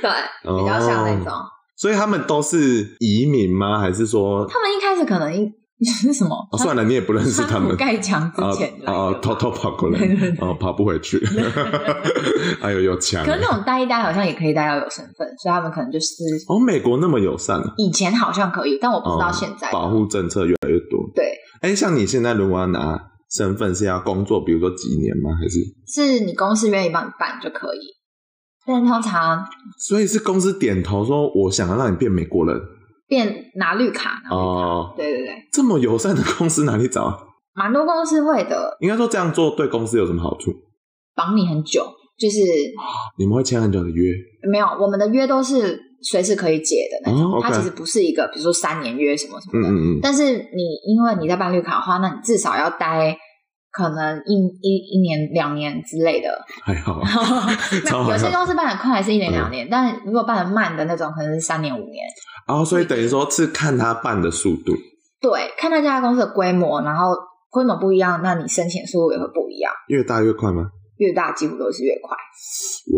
S2: 对， [LAUGHS] 比较像那种。
S1: 哦所以他们都是移民吗？还是说，
S2: 他们一开始可能一 [LAUGHS] 是什么？
S1: 哦、算了，你也不认识
S2: 川
S1: 他们
S2: 普盖墙之
S1: 啊
S2: 前来
S1: 啊，
S2: 的
S1: 哦偷偷跑过来
S2: 对对，
S1: 哦，跑不回去，
S2: [LAUGHS]
S1: 哎呦，有枪
S2: 可！是那种待一待好像也可以待到有身份，所以他们可能就是
S1: 哦，美国那么友善啊，
S2: 以前好像可以，但我不知道
S1: 哦
S2: 现在。
S1: 保护政策越来越多。
S2: 对，
S1: 哎，像你现在如果要拿身份，是要工作，比如说几年吗？还是
S2: 是你公司愿意帮你办就可以，但通常
S1: 所以是公司点头说我想要让你变美国人
S2: 变拿绿卡，拿绿卡
S1: 哦？
S2: 对对对，
S1: 这么友善的公司哪里找啊？
S2: 蛮多公司会的，
S1: 应该说这样做对公司有什么好处？
S2: 绑你很久，就是
S1: 你们会签很久的约
S2: 没有我们的约都是随时可以解的那种，
S1: 哦，OK
S2: 它其实不是一个比如说三年约什么什
S1: 嗯
S2: 么
S1: 嗯
S2: 的，
S1: 嗯，
S2: 但是你因为你在办绿卡的话，那你至少要待可能一一一年两年之类的。
S1: 还好啊。 [LAUGHS] 超好
S2: 那有些
S1: 笑
S2: 公司办的快是一年两年，但如果办的慢的那种，可能是三年五年。
S1: 哦，所以等于说是看他办的速度。
S2: 对，看那家公司的规模，然后规模不一样，那你申请的速度也会不一样。
S1: 越大越快吗？
S2: 越大几乎都是越快，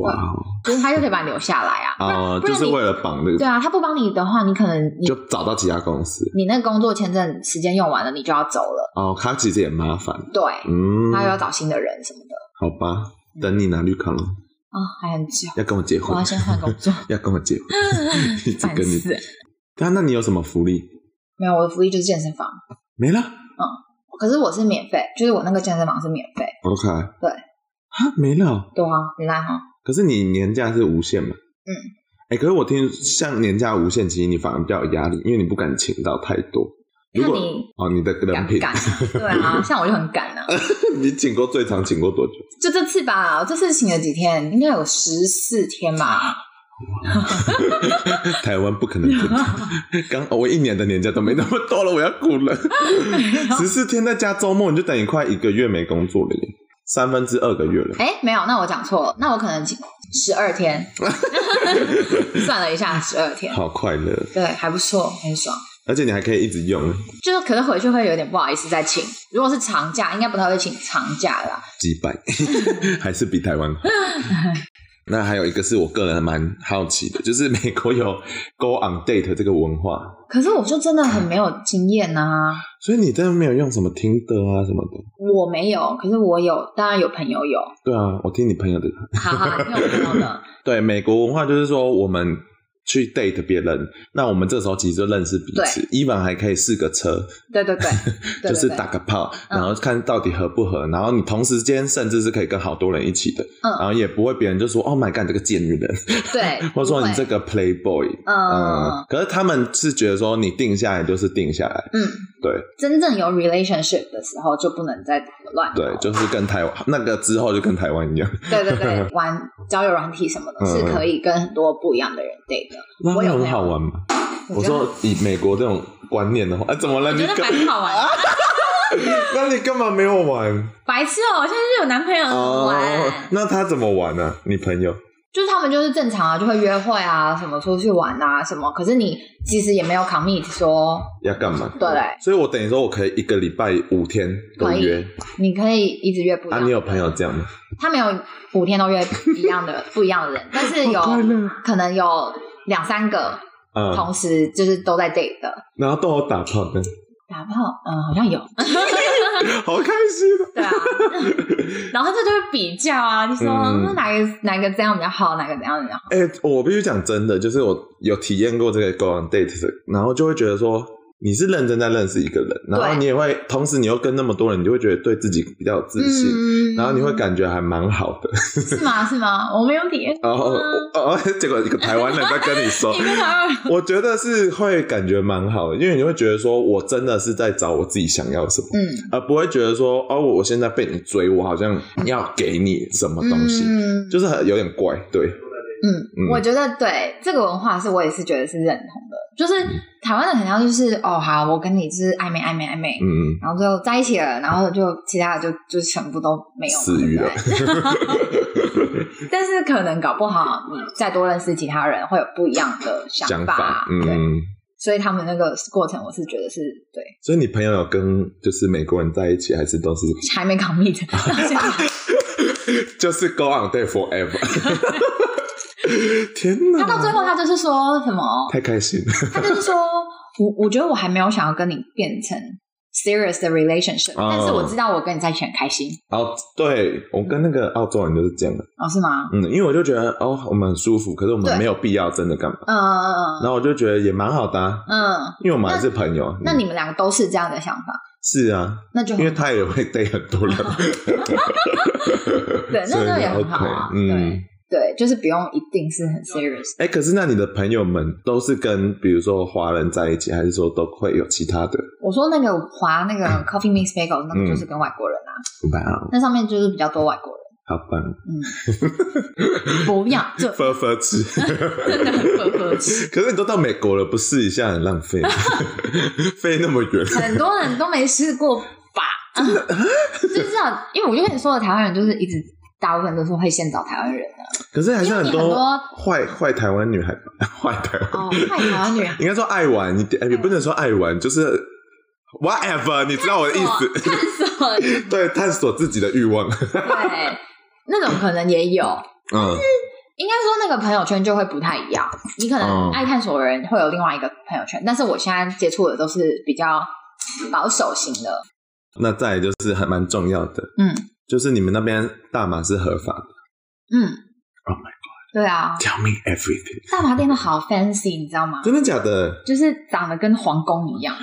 S1: 哇哦
S2: 就是他就可以把你留下来啊。不然
S1: 啊，
S2: 不
S1: 就
S2: 然
S1: 是
S2: 你
S1: 为了绑这
S2: 对
S1: 个，
S2: 啊，嗯他不帮你的话，你可能你
S1: 就找到其他公司
S2: 你那个工作签证时间用完了，你就要走了。
S1: 哦。他其实也麻烦，
S2: 对，
S1: 嗯，
S2: 他又要找新的人什么的
S1: 好吧，等你拿绿卡了，
S2: 啊、还很久。
S1: 要跟我结
S2: 我
S1: 婚
S2: 要，先换工作，
S1: 要跟我结
S2: [LAUGHS]
S1: 婚，一直
S2: 烦
S1: 跟你
S2: 死。
S1: 那那你有什么福利？
S2: 没有，我的福利就是健身房，
S1: 没了
S2: 可是我是免费，就是我那个健身房是免费。
S1: ，OK，
S2: 对
S1: 啊，没了。
S2: 对啊，很烂哈。
S1: 可是你年假是无限嘛？
S2: 嗯，
S1: 哎、可是我听像年假无限，其实你反而比较有压力，因为你不敢请到太多。如
S2: 看
S1: 果
S2: 你
S1: 哦，你的人
S2: 敢不
S1: 品，
S2: 敢？对啊，像我就很敢啊。
S1: [LAUGHS] 你请过最长请过多久？
S2: 就这次吧，我这次请了几天，应该有十四天吧。
S1: 台湾不可能停。刚、哦我一年的年假都没那么多了，我要哭了。十四天在家周末，你就等于快一个月没工作了耶，三分之二个月了。
S2: 哎，没有，那我讲错了，那我可能请十二天， [LAUGHS] 算了一下，十二天，
S1: 好快乐，
S2: 对，还不错，很爽。
S1: 而且你还可以一直用，
S2: 就是可是回去会有点不好意思再请，如果是长假，应该不太会请长假啦。
S1: 几百，还是比台湾好。那还有一个是我个人蛮好奇的，就是美国有 go on date 这个文化，
S2: 可是我就真的很没有经验呐、啊，
S1: 所以你真的没有用什么听的啊什么的。
S2: 我没有，可是我有，当然有朋友有，
S1: 对啊，我听你朋友的
S2: 好好，你有朋友的，
S1: 对，美国文化就是说我们。去 date 别人，那我们这时候其实就认识彼此，一晚还可以试个车，
S2: 对对对，对对
S1: [LAUGHS] 就是
S2: 对
S1: 打个炮，然
S2: 嗯
S1: 后看到底合不合，然后你同时间甚至是可以跟好多人一起的，
S2: 嗯
S1: 然后也不会别人就说 “Oh my god”，你这个贱女人，
S2: 对，
S1: [LAUGHS] 或者说
S2: 不
S1: 你
S2: 会
S1: 这个 playboy，嗯
S2: 嗯，
S1: 可是他们是觉得说你定下来就是定下来，
S2: 嗯，
S1: 对
S2: 真正有 relationship 的时候就不能再乱搞
S1: 对，就是跟台湾那个之后就跟台湾一样。
S2: 对对
S1: [LAUGHS]
S2: 对，玩交友软体什么的，
S1: 嗯
S2: 是可以跟很多不一样的人 date 的。
S1: 那
S2: 我
S1: 会
S2: 有
S1: 很
S2: 朋友
S1: 好玩吗？我
S2: 觉得
S1: 说以美国这种观念的话，啊，怎么了？
S2: 我
S1: 你
S2: 觉得啊
S1: 干
S2: 蛮好玩的，
S1: 那你干嘛没有玩？
S2: 白痴哦、我现在是有男朋友怎么玩，
S1: 哦那他怎么玩呢、啊？你朋友
S2: 就是他们就是正常啊，就会约会啊，什么出去玩啊，什么。可是你其实也没有 commit 说
S1: 要干嘛？
S2: 对
S1: 所以我等于说我可以一个礼拜五天都
S2: 可以
S1: 约
S2: 你可以一直约不一
S1: 啊。
S2: 样
S1: 你。有朋友这样吗？
S2: 他没有五天都约一样的 [LAUGHS] 不一样的人，但是有
S1: 好快乐
S2: 可能有两三个
S1: 嗯，
S2: 同时就是都在 date 的。
S1: 然后都有打炮的，
S2: 打炮，嗯，好像有，
S1: 好开心啊！[LAUGHS]
S2: 对啊，然后这就会比较啊，就说、
S1: 嗯
S2: 那哪个哪个这样比较好，哪个怎样比较好，
S1: 哎、我必须讲真的，就是我有体验过这个 go on date，的然后就会觉得说你是认真在认识一个人，然后
S2: 对
S1: 你也会同时你又跟那么多人，你就会觉得对自己比较有自信，
S2: 嗯
S1: 然后你会感觉还蛮好的。
S2: 是吗？是吗？我没有体验过
S1: 然后
S2: 啊，
S1: 哦哦，结果一个台湾人在跟你说 [LAUGHS]
S2: [LAUGHS] 一，个台湾人
S1: 我觉得是会感觉蛮好的，因为你会觉得说我真的是在找我自己想要什么，
S2: 嗯，
S1: 而不会觉得说哦，我我现在被你追，我好像要给你什么东西，
S2: 嗯
S1: 就是很有点怪。对，嗯
S2: 嗯，我觉得对这个文化是我也是觉得是认同的，就是台湾的很像就是哦好，我跟你就是暧昧暧昧暧昧，
S1: 嗯，
S2: 然后最后在一起了，然后就其他的就就全部都没有
S1: 死鱼了
S2: 了。但是可能搞不好你再多认识其他人，会有不一样的想
S1: 想
S2: 法
S1: 法，。
S2: 对，
S1: 嗯，
S2: 所以他们那个过程，我是觉得是对，
S1: 所以你朋友有跟就是美国人在一起，还是都是
S2: 还没 commit [LAUGHS] 到
S1: [LAUGHS]
S2: 现在，
S1: 就是 go on day
S2: [LAUGHS]
S1: forever？天哪，
S2: 他到最后他就是说什么？
S1: 太开心了，
S2: 他就是说我我觉得我还没有想要跟你变成 serious 的 relationship，、
S1: 哦
S2: 但是我知道我跟你在一起很开心。
S1: 然后哦对我跟那个澳洲人就是这样的，
S2: 哦，是吗？
S1: 嗯，因为我就觉得哦，我们很舒服，可是我们
S2: 对
S1: 没有必要真的干嘛，
S2: 嗯嗯
S1: 然后我就觉得也蛮好的、啊，
S2: 嗯嗯。
S1: 因为我们还是朋友。
S2: 那你们两个都是这样的想法，
S1: 是啊，
S2: 那就
S1: 嗯因为他也会 date 很多人，
S2: 对，
S1: 所
S2: 哦那
S1: 以
S2: 那也很
S1: OK，
S2: 好啊。
S1: 嗯
S2: 对。对，就是不用一定是很 serious
S1: 哎、可是那你的朋友们都是跟比如说华人在一起，还是说都会有其他的？
S2: 我说那个划那个 Coffee Mix Bagel 那个
S1: 嗯
S2: 就是跟外国人啊，
S1: 哇哦，
S2: 那上面就是比较多外国人。
S1: 好
S2: [LAUGHS]
S1: 棒，[LAUGHS]
S2: 嗯，不要，这
S1: 呵呵吃。
S2: 真的 [LAUGHS] 很可可惜。
S1: [LAUGHS] 可是你都到美国了，不试一下很浪费， [LAUGHS] 飞那么远。
S2: 很多人都没试过吧？啊就是这样，因为我就跟你说了，台湾人就是一直大部分都是会先找台湾人的
S1: 可是还是很
S2: 因为你很多
S1: 坏坏台湾女孩，坏台湾，
S2: 哦，坏台湾女孩。
S1: 应该说爱玩一点，哎也不能说爱玩，就是 whatever，你知道我的意思。
S2: [LAUGHS] 探索对，
S1: 对，探索自己的欲望。
S2: 那种可能也有，
S1: 嗯，
S2: 应该说那个朋友圈就会不太一样。你可能
S1: 嗯
S2: 爱探索的人会有另外一个朋友圈，但是我现在接触的都是比较保守型的，
S1: 那再来就是还蛮重要的，
S2: 嗯
S1: 就是你们那边大麻是合法的。
S2: 嗯。
S1: Oh
S2: 对啊，
S1: Tell me everything，
S2: 大麻店都好 fancy，你知道吗？
S1: 真的假的？
S2: 就是长得跟皇宫一样，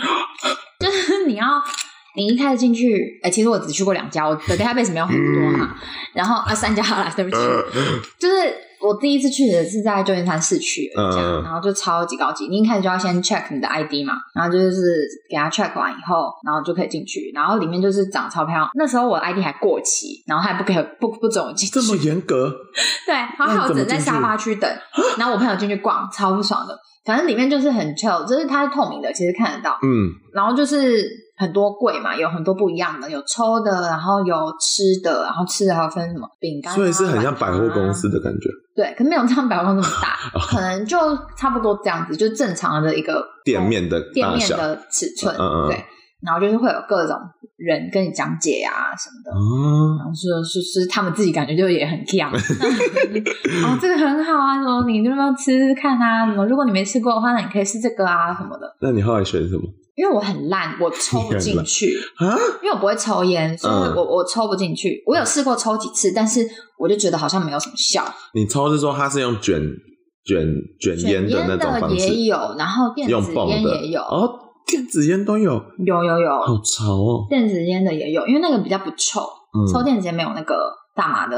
S2: 就是你要你一开始进去，哎、其实我只去过两家，我的 database 没有很多
S1: 嗯
S2: 哈，然后啊三家好了，对不起，
S1: 呃
S2: 就是我第一次去的是在旧金山市区的一家，
S1: 嗯嗯
S2: 然后就超级高级，你一开始就要先 check 你的 ID 嘛，然后就是给他 check 完以后，然后就可以进去，然后里面就是长超漂亮，那时候我的 ID 还过期，然后还不可以不不准我进去
S1: 这，么严格？
S2: 对，好
S1: 那你
S2: 好
S1: 怎
S2: 只
S1: 么
S2: 能在
S1: 进去啊
S2: 沙发区等。然后我朋友进去逛，超不爽的。反正里面就是很 chill，就是它是透明的，其实看得到。
S1: 嗯，
S2: 然后就是很多柜嘛，有很多不一样的，有抽的，然后有吃的，然后吃的还有分什么饼干啊、
S1: 所以是很像
S2: 软糖
S1: 百
S2: 啊
S1: 货公司。的感觉，
S2: 对，可没有像百货公司那么
S1: 哦
S2: 大，可能就差不多这样子，就正常的一个
S1: 店面的
S2: 店
S1: 大
S2: 面
S1: 小。
S2: 的尺寸。
S1: 嗯嗯嗯
S2: 对，然后就是会有各种人跟你讲解啊什么的。
S1: 哦，
S2: 然后就是是他们自己感觉就也很
S1: [LAUGHS]
S2: 强，哦，这个很好啊，什么你要不要吃吃看啊？什么如果你没吃过的话，那你可以试这个啊什么的。
S1: 那你后来选什么
S2: 因为我很烂，
S1: [LAUGHS]
S2: 我抽不进去，
S1: 啊？
S2: 因为我不会抽烟，所以
S1: 嗯
S2: 我我抽不进去。我有试过抽几次，但是我就觉得好像没有什么效。
S1: 你抽是说它是用卷卷卷烟
S2: 卷
S1: 的
S2: 烟
S1: 那种
S2: 的
S1: 方式，
S2: 也有，然后电
S1: 用
S2: 子
S1: 泵
S2: 烟
S1: 的
S2: 也有，
S1: 哦，电子烟都有，
S2: 有有有，
S1: 好潮哦。
S2: 电子烟的也有，因为那个比较不臭，
S1: 嗯
S2: 抽电子烟没有那个大麻的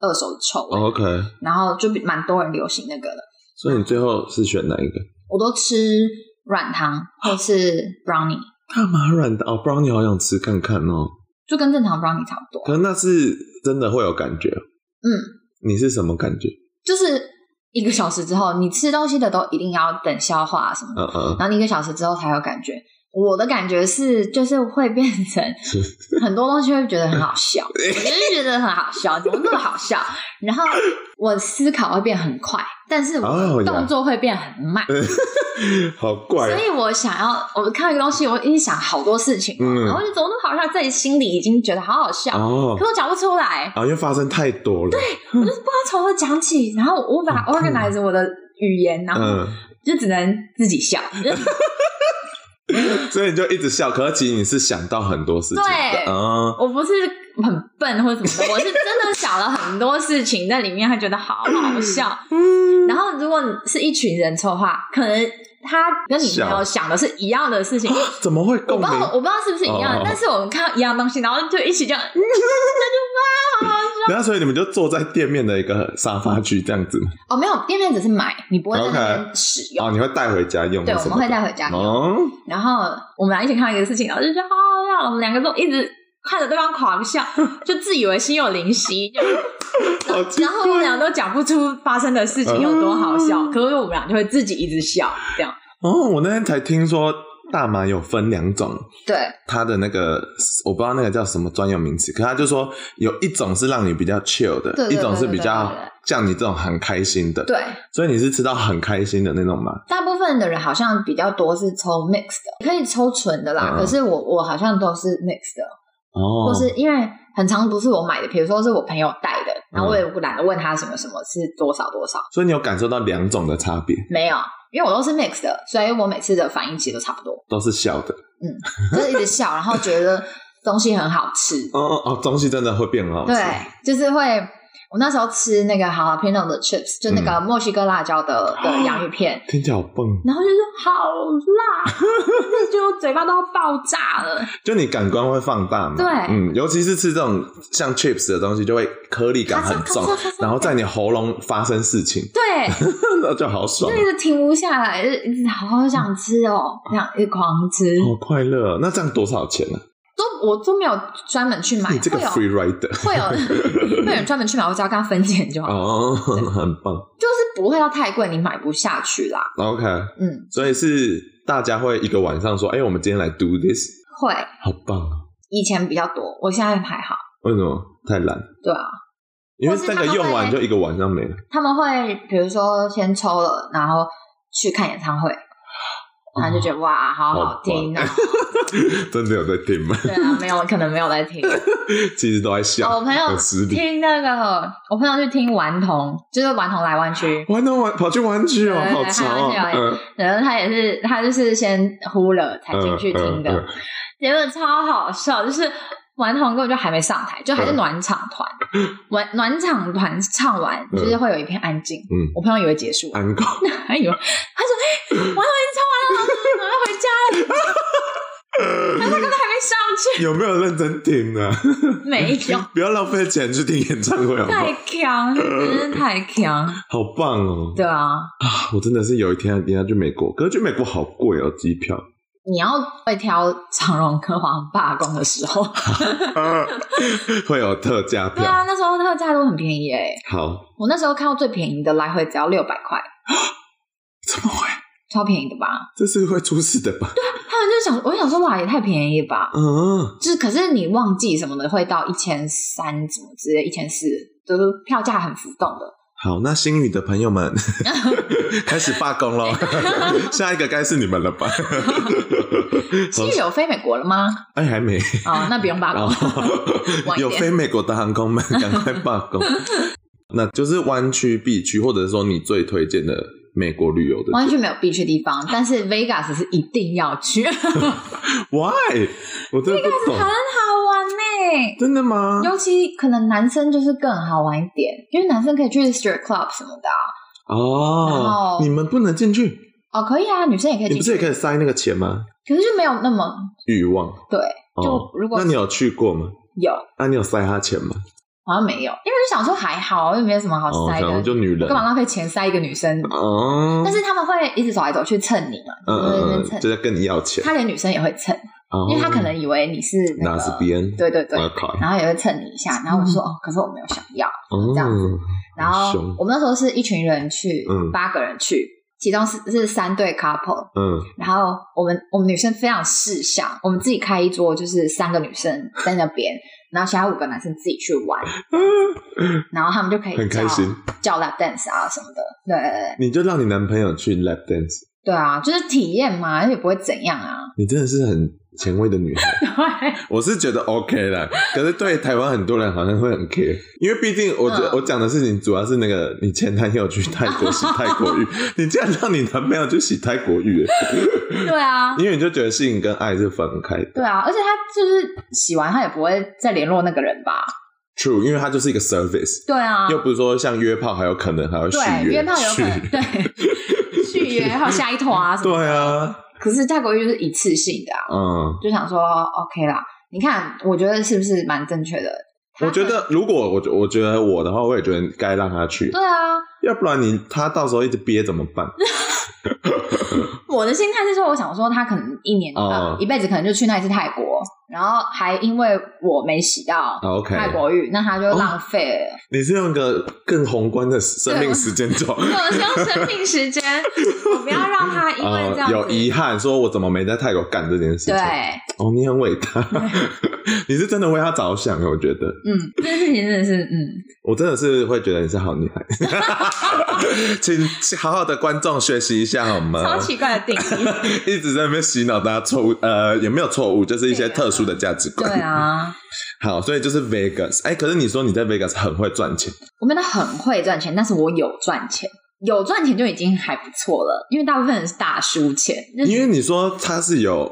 S2: 二手臭味，
S1: 哦 OK，
S2: 然后就比蛮多人流行那个的。
S1: 所以你最后是选哪一个？
S2: 我都吃软糖或是 brownie，
S1: 大麻软的哦，brownie 好想吃看看哦。
S2: 就跟正常 brownie 差不多，
S1: 可是那是真的会有感觉。嗯，你是什么感觉？
S2: 就是一个小时之后，你吃东西的都一定要等消化什么的，
S1: 嗯嗯，
S2: 然后你一个小时之后才有感觉。我的感觉是，就是会变成很多东西会觉得很好笑，我就是觉得很好笑，怎么那么好笑？然后我思考会变很快，但是
S1: 哦
S2: 我
S1: 呀
S2: 动作会变很慢。
S1: 好怪
S2: 嗯所
S1: 哦。
S2: 以我想要，我看到一个东西，我一定想好多事情哦，
S1: 嗯
S2: 然后就怎么那么好笑，自己心里已经觉得好好笑，
S1: 哦
S2: 可，我讲不出来，
S1: 啊，因为发生太多了。
S2: 我就是不知道从何讲起，然后我无法
S1: 好痛啊
S2: organize 我的语言，然后
S1: 嗯，
S2: 就只能自己笑。
S1: 所以你就一直笑，可是其实你是想到很多事情
S2: 对
S1: 的啊。
S2: 我不是很笨或者什么的，我是真的想了很多事情在里面，还觉得好
S1: [LAUGHS]
S2: 好笑。
S1: 嗯
S2: 然后如果是一群人抽的话，可能他跟你朋
S1: 笑
S2: 友想的是一样的
S1: [LAUGHS]
S2: 事情。
S1: 怎么会
S2: 我
S1: 共
S2: 不知
S1: 鸣
S2: 道，？我不知道是不是一样的
S1: 哦
S2: 但是我们看到一样东西，然后就一起这样，嗯
S1: 然后所以你们就坐在店面的一个沙发区这样子嘛。
S2: 哦，没有，店面只是买，你不会在那边
S1: OK
S2: 使用
S1: 哦，你会带回家用？
S2: 对，我们会。带回家用。
S1: 哦，
S2: 然后我们俩一起看到一个事情，然后就觉得好好笑，我们两个都一直看着对方狂笑，就自以为心有灵犀，就
S1: 好奇
S2: 然后我们俩都讲不出发生的事情有多好笑，
S1: 嗯
S2: 可是我们俩就会自己一直笑，这样
S1: 哦，我那天才听说大麻有分两种，
S2: 对
S1: 它的那个我不知道那个叫什么专有名词，可他就说有一种是让你比较 chill 的，
S2: 对对
S1: 一种是比较
S2: 对对对对
S1: 像你这种很开心的。，
S2: 对。
S1: 所以你是吃到很开心的那种吗？
S2: 大部分的人好像比较多是抽 mix 的，可以抽纯的啦。
S1: 嗯
S2: 可是我我好像都是 mix 的，
S1: 哦，
S2: 或是因为很常不是我买的，比如说是我朋友带的，然
S1: 嗯
S2: 后我也懒得问他什么什么是多少多少，
S1: 所以你有感受到两种的差别，
S2: 没有，因为我都是 mix 的，所以我每次的反应其实都差不多，
S1: 都是笑的。
S2: 就是一直笑，然后觉得东西很好吃，
S1: 哦哦哦，东西真的会变很好吃。
S2: 对，就是会。我那时候吃那个好 a l a p e n o 的 chips，就那
S1: 嗯
S2: 个墨西哥辣椒
S1: 哦
S2: 的、的洋芋片，
S1: 听起来好蹦，
S2: 然后就是好辣， [LAUGHS] 就是觉得我嘴巴都要爆炸了。
S1: 就你感官会放大嘛？
S2: 对
S1: 嗯，尤其是吃这种像 chips 的东西，就会颗粒感很重
S2: 咔嚓咔嚓咔嚓咔，嚓
S1: 然后在你喉咙发生事情， [LAUGHS]
S2: 对，
S1: 那就好爽
S2: 就，一直停不下来，就一直好想吃哦，这样一直狂吃。
S1: 好快嗯乐哦。那这样多少钱呢？
S2: 都我都没有专门去买，
S1: 你这个
S2: 会哦有
S1: free rider
S2: 会
S1: [LAUGHS]
S2: 有会有人专门去买，我只要跟他分钱就好，
S1: 哦，很棒。
S2: 就是不会要太贵，你买不下去啦。
S1: OK，
S2: 嗯，
S1: 所以是大家会一个晚上说，哎，我们今天来 do this，
S2: 会
S1: 好棒啊！
S2: 以前比较多，我现在还好。
S1: 为什么太懒？
S2: 对啊，
S1: 因为
S2: 或是
S1: 那
S2: 他
S1: 个
S2: 们
S1: 用完
S2: 会
S1: 就一个晚上没了。 [LAUGHS]
S2: 他们会比如说先抽了，然后去看演唱会，
S1: 哦
S2: 然后就觉得、哇，好好听啊。
S1: 真的有在听吗？ [LAUGHS]
S2: 对啊，没有，可能没有在听。
S1: 其实都在笑。
S2: 哦我朋友
S1: 很失礼。
S2: 听那个，我朋友去听顽童，就是顽童来湾区，
S1: 玩到玩跑去玩具哦，
S2: 对
S1: 好潮哦
S2: 还玩具
S1: 嗯
S2: 然后他也是，他就是先呼了才进去听的，
S1: 嗯嗯
S2: 结果超好笑，就是顽童根本就还没上台，就
S1: 嗯
S2: 还是暖场
S1: [LAUGHS]
S2: 团，暖暖场团唱完
S1: 嗯
S2: 就是会有一片安静，
S1: 嗯
S2: 我朋友以为结束了， [LAUGHS]
S1: 安狗，
S2: 他以为他说哎，顽童已经唱完了，老师我要回家了，他说根本还没上去，
S1: 有没有认真听啊？
S2: 没有，
S1: [LAUGHS] 不要浪费钱去听演唱会好不好
S2: 太？强，真的太强，
S1: 好棒哦！
S2: 对啊，
S1: 啊，我真的是有一天一定要去美国，可是去美国好贵哦，机票。
S2: [LAUGHS]
S1: [LAUGHS]
S2: 你要会挑长荣跟黄罢工的时候，
S1: 啊会有特价
S2: 对
S1: 票。
S2: 啊，那时候特价都很便宜哎、
S1: 好， [LAUGHS]
S2: 我那时候看到最便宜的来回只要六百块，
S1: 怎么会？
S2: 超便宜的吧？
S1: 这是会出事的吧？
S2: 他们就想，我想说哇，也太便宜了吧！
S1: 嗯，
S2: 就是可是你旺季什么的会到一千三怎么之类，一千四，就是票价很浮动
S1: [LAUGHS]
S2: 的。
S1: 好，那新宇的朋友
S2: [LAUGHS]
S1: 们开始罢工喽，
S2: 哎
S1: [LAUGHS] 下一个该是你们了
S2: [LAUGHS]
S1: 吧？
S2: 七月有飞美国了吗？
S1: 哎，还没。
S2: 哦，那不用
S1: [LAUGHS]
S2: 罢
S1: 然
S2: 工。
S1: 后
S2: [LAUGHS] 晚一
S1: 有
S2: 点
S1: 飞美国的航空们，赶快罢
S2: [LAUGHS]
S1: 工。那就是湾区必去，或者说你最推荐的美国旅游的
S2: 湾区没有必去的地方，但是 Vegas 是一定要
S1: [LAUGHS]
S2: 去，很好
S1: Why？我真的不懂。
S2: 玩呢、
S1: 真的吗？
S2: 尤其可能男生就是更好玩一点，因为男生可以去 strip club 什么的啊、然
S1: 哦，
S2: 后
S1: 你们不能进去，
S2: 哦，可以啊，女生也可以
S1: 你
S2: 进
S1: 不是也
S2: 去，
S1: 可以塞那个钱吗？
S2: 可是就没有那么
S1: 欲望。
S2: 对，
S1: 哦
S2: 就如，果
S1: 那你有去过吗？
S2: 有
S1: 啊，你有塞他钱吗？
S2: 好像没有，因为就想说还好，又没有什么好
S1: 哦，
S2: 塞
S1: 可
S2: 的，
S1: 能就女人
S2: 干。嘛浪费钱塞一个女生？
S1: 哦，
S2: 但是他们会一直走来走去蹭你嘛，
S1: 嗯
S2: 就是在那边
S1: 嗯嗯，
S2: 蹭。
S1: 就在跟你要钱，
S2: 他连女生也会蹭，
S1: 哦
S2: 因为他可能以为你是那
S1: 拿
S2: 个
S1: 是别人，
S2: 对对对
S1: 我要考，
S2: 然后也会蹭你一下。然后我就说、哦，可是我没有想要。
S1: 哦
S2: 这样子然后
S1: 凶
S2: 我们那时候是一群人去，
S1: 嗯
S2: 八个人去，其中是是三对 couple。
S1: 嗯，
S2: 然后我们我们女生非常识相，我们自己开一桌，就是三个女
S1: [LAUGHS]
S2: 生在那边，然后其他五个男生自己去玩，然后他们就可以
S1: 很开心。
S2: 叫 lap dance 啊什么的，对对对
S1: 你就让你男朋友去 lap dance，
S2: 对啊，就是体验嘛，也不会怎样啊。
S1: 你真的是很前卫的女孩。
S2: [LAUGHS]
S1: 我是觉得 OK 啦，可是对台湾很多人好像会很 care，因为毕竟我觉得
S2: 嗯
S1: 我讲的事情主要是那个你前男友去泰国洗泰国
S2: [LAUGHS]
S1: 浴，你竟然让你男朋友去洗泰国浴，
S2: 嗯对啊，
S1: 因为你就觉得性跟爱是分开的。
S2: 对啊，而且他就是洗完他也不会再联络那个人吧？
S1: True，因为它就是一个 service，
S2: 对啊，
S1: 又不是说像约炮还有可能还要续
S2: 对
S1: 约，
S2: 约炮有可能
S1: 续 [LAUGHS]
S2: 对续约还有下一团啊什么。
S1: 对啊，
S2: 可是泰国浴就是一次性的啊，
S1: 嗯，
S2: 就想说 OK 啦。你看，我觉得是不是蛮正确的？他
S1: 我觉得如果我我觉得我的话，我也觉得该让他去，
S2: 对啊，
S1: 要不然你他到时候一直憋怎么办？
S2: 我的心态是说，我想说他可能一年、
S1: 哦
S2: 呃一辈子可能就去那一次泰国，然后还因为我没洗到 [LAUGHS]
S1: OK 哦
S2: 泰国浴，那他就浪费了。
S1: 你是用一个更宏观的生命时间轴，
S2: 对，我是用生命时间，我不要让他因为这
S1: 呃，
S2: 样子、
S1: 有遗憾，说我怎么没在泰国干这件事情？
S2: 对，，嗯
S1: 哦，你很伟
S2: [LAUGHS]
S1: 大，你是真的为他着想，欸我觉得，
S2: 嗯，这件事情真的是，嗯，
S1: 我真的是会觉得你是好女
S2: [LAUGHS]
S1: 孩，请请好好的观众学习一下好吗？
S2: 超奇怪的定义。
S1: 一直在那边洗脑大家错误，呃，也没有错误，就是一些
S2: 对啊
S1: 特殊的价值观。
S2: 对啊，
S1: 好，所以就是 Vegas。哎，可是你说你在 Vegas 很会赚钱，
S2: 我们的很会赚钱，但是我有赚钱，有赚钱就已经还不错了，因为大部分人是大输钱。就是
S1: 因为你说它是有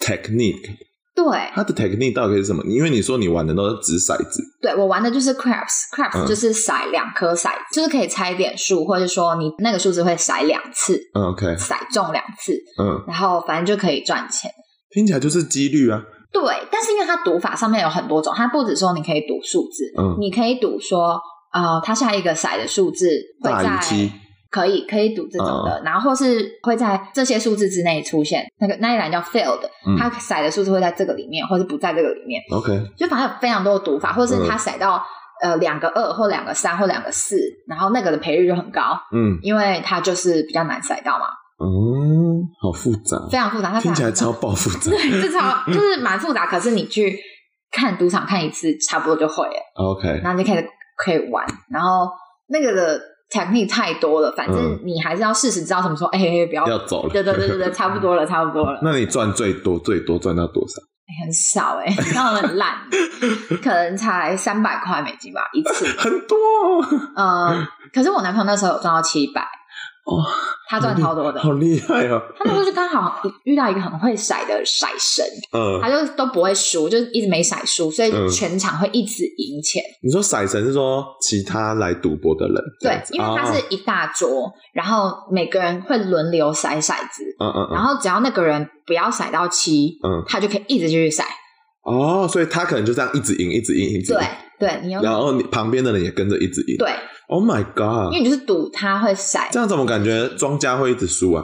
S1: technique，
S2: 对
S1: 它的 technique 到底是什么？因为你说你玩的都是掷骰子，
S2: 对，我玩的就是 craps，craps、
S1: 嗯
S2: 就是骰两颗骰，就是可以猜点数，或者说你那个数字会骰两次，
S1: 嗯，OK，
S2: 骰中两次，
S1: 嗯，
S2: 然后反正就可以赚钱。
S1: 听起来就是几率啊，
S2: 对，但是因为它赌法上面有很多种，它不止说你可以赌数字，
S1: 嗯
S2: 你可以赌说，呃，它下一个骰的数字会
S1: 大嗯于
S2: 在
S1: 七，
S2: 可以可以赌这种的，然后或是会在这些数字之内出现，那个那一栏叫 failed，、
S1: 嗯
S2: 它骰的数字会在这个里面，或是不在这个里面，
S1: ，OK，
S2: 就反正有非常多的赌法，或是
S1: 嗯
S2: 它骰到、呃两个二或两个三或两个四，然后那个的赔率就很高，
S1: 嗯，
S2: 因为它就是比较难骰到嘛，
S1: 嗯，好复杂，哦
S2: 非常复杂，它非
S1: 听
S2: 常
S1: 起来
S2: 复杂 [LAUGHS]
S1: 超爆复杂。
S2: 对，这超就是蛮复杂，可是你去看赌场看一次，差不多就会了，
S1: OK，
S2: 然后你就可以可以玩，然后那个的 technique 太多了，反正
S1: 嗯
S2: 你还是要事实知道什么时候，哎、哎哎不要，
S1: 要走了。
S2: 对对对
S1: [LAUGHS]
S2: 对对，差不多了，差不多了，
S1: 那你赚最多，最多赚到多少？
S2: 哎
S1: [LAUGHS]
S2: 很少哎、欸，那很烂，可能才三百块美金吧一次，
S1: 很多哦，
S2: 呃，可是我男朋友那时候有赚到七百，
S1: 哦
S2: 他赚超多的。
S1: 好厉害哦。
S2: 他那时候就刚好遇到一个很会骰的骰神，
S1: 嗯，
S2: 他就都不会输，就是一直没骰输，所
S1: 嗯
S2: 以全场会一直赢钱。
S1: 你说骰神是说其他来赌博的人，这
S2: 对
S1: 样，子
S2: 因为它是
S1: 哦
S2: 一大桌，然后每个人会轮流骰骰子，
S1: 嗯嗯
S2: 然
S1: 嗯
S2: 后只要那个人不要骰到七，
S1: 嗯，
S2: 他就可以一直继续骰。
S1: 哦，所以他可能就这样一直赢，一直赢，一直赢
S2: 对，对，你有
S1: 然后你旁边的人也跟着一直赢。
S2: 对，
S1: ，Oh my
S2: 因为
S1: god，
S2: 你就是赌他会骰
S1: 这。样怎么感觉庄家会一直输啊？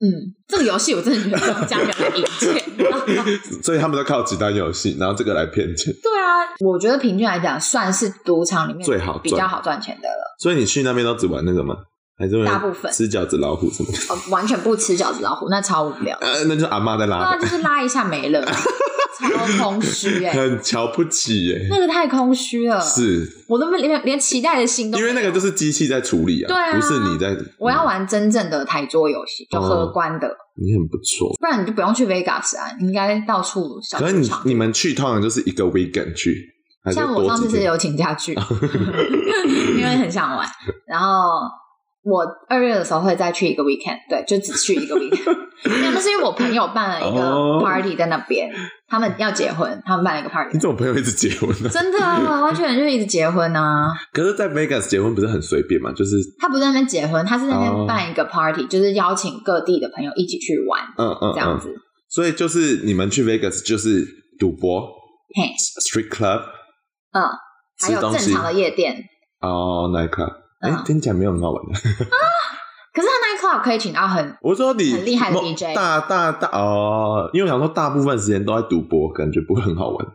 S2: 嗯，这个游戏我真的觉得庄家比较赢钱。
S1: 所以他们都靠几单游戏，然后这个来骗钱。
S2: [LAUGHS] 对啊，我觉得平均来讲算是赌场里面
S1: 最好赚
S2: 比较好赚钱的了，
S1: 所以你去那边都只玩那个吗？还是会
S2: 大部分
S1: 吃饺子老虎什
S2: [LAUGHS]
S1: 么的？
S2: 哦完全不吃饺子老虎，那超无
S1: [LAUGHS]
S2: 聊。
S1: 呃，那就是阿妈在拉
S2: 那
S1: 的，
S2: 就是拉一下没了，超
S1: [LAUGHS]
S2: 空虚哎、
S1: 很瞧不起耶、
S2: 那个太空虚了。
S1: 是，
S2: 我都没连连期待的心都没
S1: 因
S2: 有
S1: 为那个就是机器在处理啊，
S2: 对啊
S1: 不是你在。
S2: 我要玩真正的台桌游戏，
S1: 哦
S2: 就荷官的，
S1: 嗯，你很不错。
S2: 不然你就不用去 Vegas 啊，你应该到处小
S1: 可是
S2: 剧
S1: 你
S2: 场。
S1: 你们去通常就是一个 weekend 去，还是
S2: 像我
S1: 多
S2: 上
S1: 几
S2: 次是
S1: 天？哦
S2: 有请假去， [LAUGHS] 因为很想玩。然后我二月的时候会再去一个 weekend，对，就只去一个 weekend。没
S1: [LAUGHS]
S2: 有那是因为我朋友办了一
S1: 哦
S2: 个 party 在那边，他们要结婚，他们办了一个 party
S1: 你。怎么朋友一直结婚呢、 [LAUGHS]
S2: 真的啊，外星人就是一直结婚啊。
S1: 可是，在 Vegas 结婚不是很随便嘛？就是，
S2: 他不是在那边结婚，他是在那
S1: 哦
S2: 边办一个 party，、就是邀请各地的朋友一起去玩
S1: 嗯嗯
S2: 这样
S1: 嗯。
S2: 子。
S1: 所以就是你们去 Vegas 就是赌博
S2: 嘿，
S1: ，street club，
S2: 嗯，还
S1: 吃
S2: 有
S1: 东
S2: 正
S1: 西
S2: 常的夜店，
S1: 哦，night club。哎、
S2: 嗯
S1: 听起来没有很好玩的。
S2: 可是他 night club 可以请到很
S1: 我说你
S2: 很厉害的
S1: 某
S2: DJ
S1: 大大大哦，因为我想说大部分时间都在赌博，感觉不会很好玩。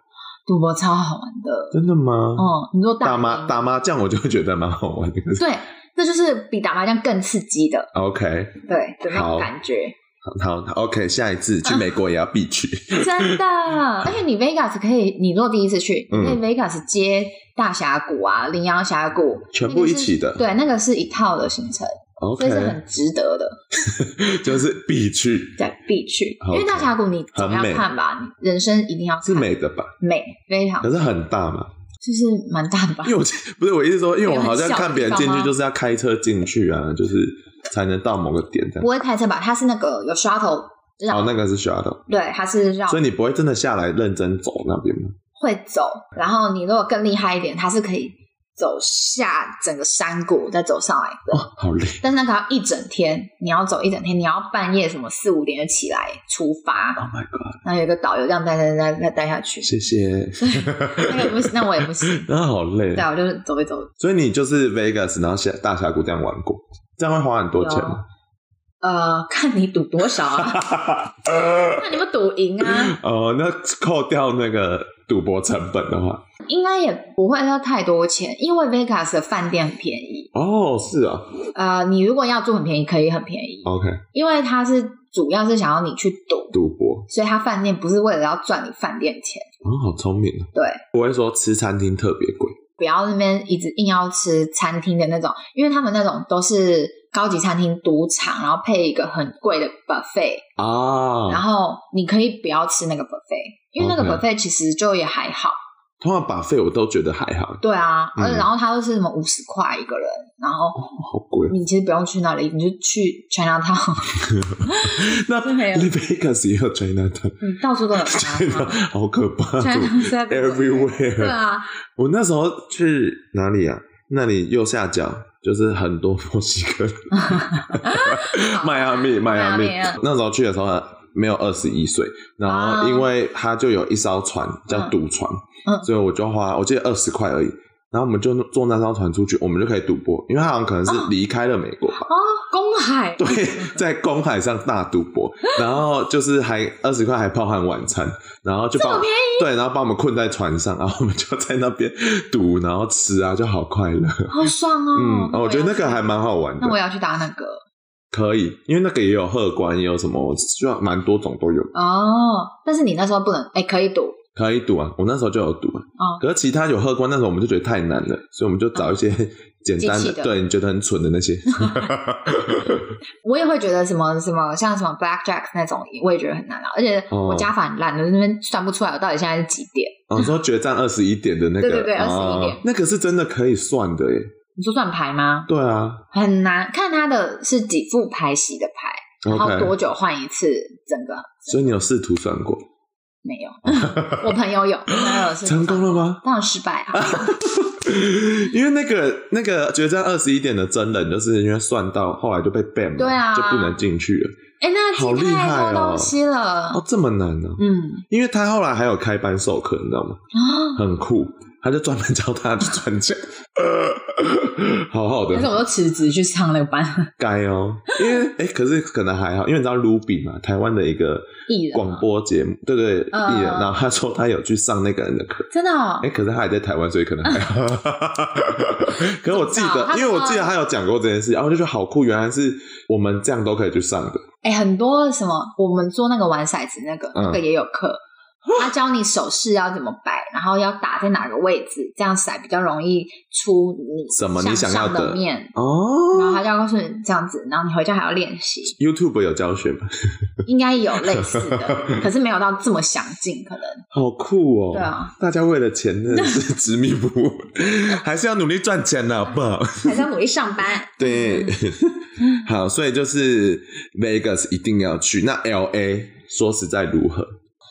S2: 赌博超好玩的。
S1: 真的吗？
S2: 哦、你说
S1: 打
S2: 打
S1: 麻
S2: 麻
S1: 打麻将我就会觉得蛮好玩的。可 [LAUGHS] 是
S2: 对，这就是比打麻将更刺激的，
S1: OK，
S2: 对的那
S1: 好
S2: 种感觉，
S1: 好好，OK，下一次
S2: 嗯
S1: 去美国也要必去。
S2: 真
S1: [LAUGHS]
S2: 的。而且你 Vegas 可以，你如果第一次去，
S1: 嗯
S2: 你可以 Vegas 接大峡谷啊、羚羊峡谷，
S1: 全
S2: 那
S1: 部
S2: 个
S1: 一
S2: 是
S1: 起的
S2: 对，那个是一套的行程，所以是
S1: OK，
S2: 很值得的。
S1: 就是必去，
S2: 对，必去，因
S1: OK
S2: 为大峡谷你怎么
S1: 很美
S2: 样看吧，你人生一定要看
S1: 是美的吧？
S2: 美，
S1: [LAUGHS]
S2: 非常
S1: 可是很大嘛，
S2: 就是蛮大的吧
S1: [LAUGHS] 因。为我不是我意思说，因为我好像看别人进
S2: 有很
S1: 去
S2: 小的地方吗
S1: 就是要开车进去啊，就是才能到某个点这
S2: 不
S1: 样。
S2: 会开车吧？它是那个有 shuttle 绕，
S1: 哦，那个是 shuttle，
S2: 对，它是绕
S1: 所以你不会真的下来认真走那边吗？
S2: 会走。然后你如果更厉害一点，它是可以走下整个山谷再走上来的。
S1: 哦，好累，
S2: 但是那个要一整天，你要走一整天，你要半夜什么四五点就起来出发，
S1: ，Oh my god，，
S2: 然后有一个导游这样带带带带带下去
S1: 谢谢，
S2: 那个不行，那我也不行。
S1: 那好累
S2: 对，。啊我就是走一走，啊
S1: 所以你就是 Vegas，然后下大峡谷这样玩过，这样会花很多钱吗？
S2: 呃，看你赌多少啊？ [LAUGHS] 那你们赌赢啊，
S1: 哦，那扣掉那个赌博成本的话，
S2: 应该也不会要太多钱，因为 Vegas 的饭店很便宜。
S1: 哦，是啊
S2: 呃，你如果要住很便宜，可以很便宜，
S1: ，OK，
S2: 因为它是主要是想要你去赌，
S1: 赌博，
S2: 所以它饭店不是为了要赚你饭店钱，
S1: 哦，好聪明啊，
S2: 对。
S1: 不会说吃餐厅特别贵，
S2: 不要那边一直硬要吃餐厅的那种，因为他们那种都是高级餐厅赌场，然后配一个很贵的 buffet，、然
S1: 啊，
S2: 后你可以不要吃那个 buffet，因为那个
S1: OK
S2: buffet 其实就也还好。
S1: 通常把费我都觉得还好，
S2: 对啊，
S1: 嗯
S2: 而且然后它都是什么五十块一个人，然后
S1: 好贵。啊
S2: 你其实不用去那里，你就去 China Town，
S1: [LAUGHS] 那
S2: 真的有
S1: Vegas 也有 China Town，
S2: 嗯，到处都有
S1: China [LAUGHS]
S2: [LAUGHS] China Town。
S1: 好可怕
S2: China Town 是在北美
S1: ，everywhere。
S2: 对啊，
S1: 我那时候去哪里啊？那里右下角就是很多墨西哥人，迈阿密，迈阿密
S2: 啊迈阿密。嗯
S1: 那时候去的时候没有二十一岁，然后
S2: 哦
S1: 因为他就有一艘船叫赌船，
S2: 嗯
S1: 所以我就花我记得二十块而已。然后我们就坐那艘船出去，我们就可以赌博，因为他好像可能是
S2: 啊
S1: 离开了美国吧。
S2: 哦，公
S1: [LAUGHS]
S2: 海，
S1: 对，在公海上大赌博，然后就是还二十块还包含晚餐，然后就把
S2: 这么便
S1: 对，然后把我们困在船上，然后我们就在那边赌，然后吃啊，就好快乐。
S2: 好爽哦。
S1: 嗯，我觉得那个
S2: 要去
S1: 还蛮好玩
S2: 那我
S1: 的，
S2: 也要去打那个。
S1: 可以，因为那个也有荷官，也有什么，就蛮多种都有，
S2: 哦，但是你那时候不能，哎、可以赌
S1: 可以赌啊。我那时候就有赌啊，
S2: 哦
S1: 可是其他有荷官那时候我们就觉得太难了，所以我们就找一些简单
S2: 机
S1: 的，
S2: 器的
S1: 对你觉得很蠢的那
S2: [LAUGHS]
S1: 些。
S2: 我也会觉得什么什么像什么 blackjack 那种，我也觉得很难啊。而且
S1: 哦
S2: 我加法很烂的，那边算不出来我到底现在是几点。
S1: 哦，你说决战二十一点的那个，
S2: 对对对
S1: 哦
S2: 21点
S1: 那个是真的可以算的耶。
S2: 你说算牌吗？
S1: 对啊
S2: 很难，看它的是几副牌洗的牌，然后多
S1: ，OK，
S2: 久换一次，整个
S1: 所以你有试图算过，
S2: 没有。
S1: [LAUGHS]
S2: 我朋友有，我朋友是
S1: 成功了吗？ [LAUGHS]
S2: 当然失败啊。
S1: 因为那个那个决战二十一点的真人，就是因为算到后来就被 ban 了，
S2: 对啊
S1: 就不能进去了。
S2: 哎、那
S1: 好厉
S2: 记
S1: 害
S2: 太多
S1: 哦
S2: 东西了。
S1: 哦，这么难呢、
S2: 嗯
S1: 因为他后来还有开班授课，你知道吗？
S2: 啊，
S1: 很酷，他就专门教 [LAUGHS] 大家去赚钱，好好
S2: 但是
S1: 的
S2: 我都辞职去上那个班，
S1: 该哦。因为哎、可是可能还好，因为你知道 Ruby 嘛，台湾的一个
S2: 艺人啊
S1: 广播节目，对对，艺
S2: 嗯
S1: 人。然后他说他有去上那个人的课，
S2: 真的、哦
S1: 哎、可是他还在台湾，所以可能还
S2: [LAUGHS]
S1: 好。可是我记
S2: 不知道
S1: 得，
S2: 他
S1: 因为我记得他有讲过这件事，然后我就觉得好酷，原来是我们这样都可以去上的。
S2: 哎、很多什么，我们做那个玩骰子那个，
S1: 嗯
S2: 那个也有
S1: [LAUGHS]
S2: 课，他教你手势要怎么摆，然后要打在哪个位置，这样骰比较容易出你
S1: 什么你
S2: 向
S1: 想要
S2: 上
S1: 的
S2: 的面。然后
S1: 哦
S2: 他就要告诉你这样子，然后你回家还要练习，
S1: ，YouTube 有教学吗？
S2: 应该有类似
S1: [LAUGHS]
S2: 的，可是没有到这么详尽，可能
S1: 好酷哦！
S2: 对啊，
S1: 大家为了钱真的是执迷不
S2: [LAUGHS]
S1: 悟，还是要努力赚钱呢，好不好？
S2: [LAUGHS] 还是要努力上班。
S1: [LAUGHS] 对，好，所以就是 Vegas 一定要去。那 LA 说实在如何？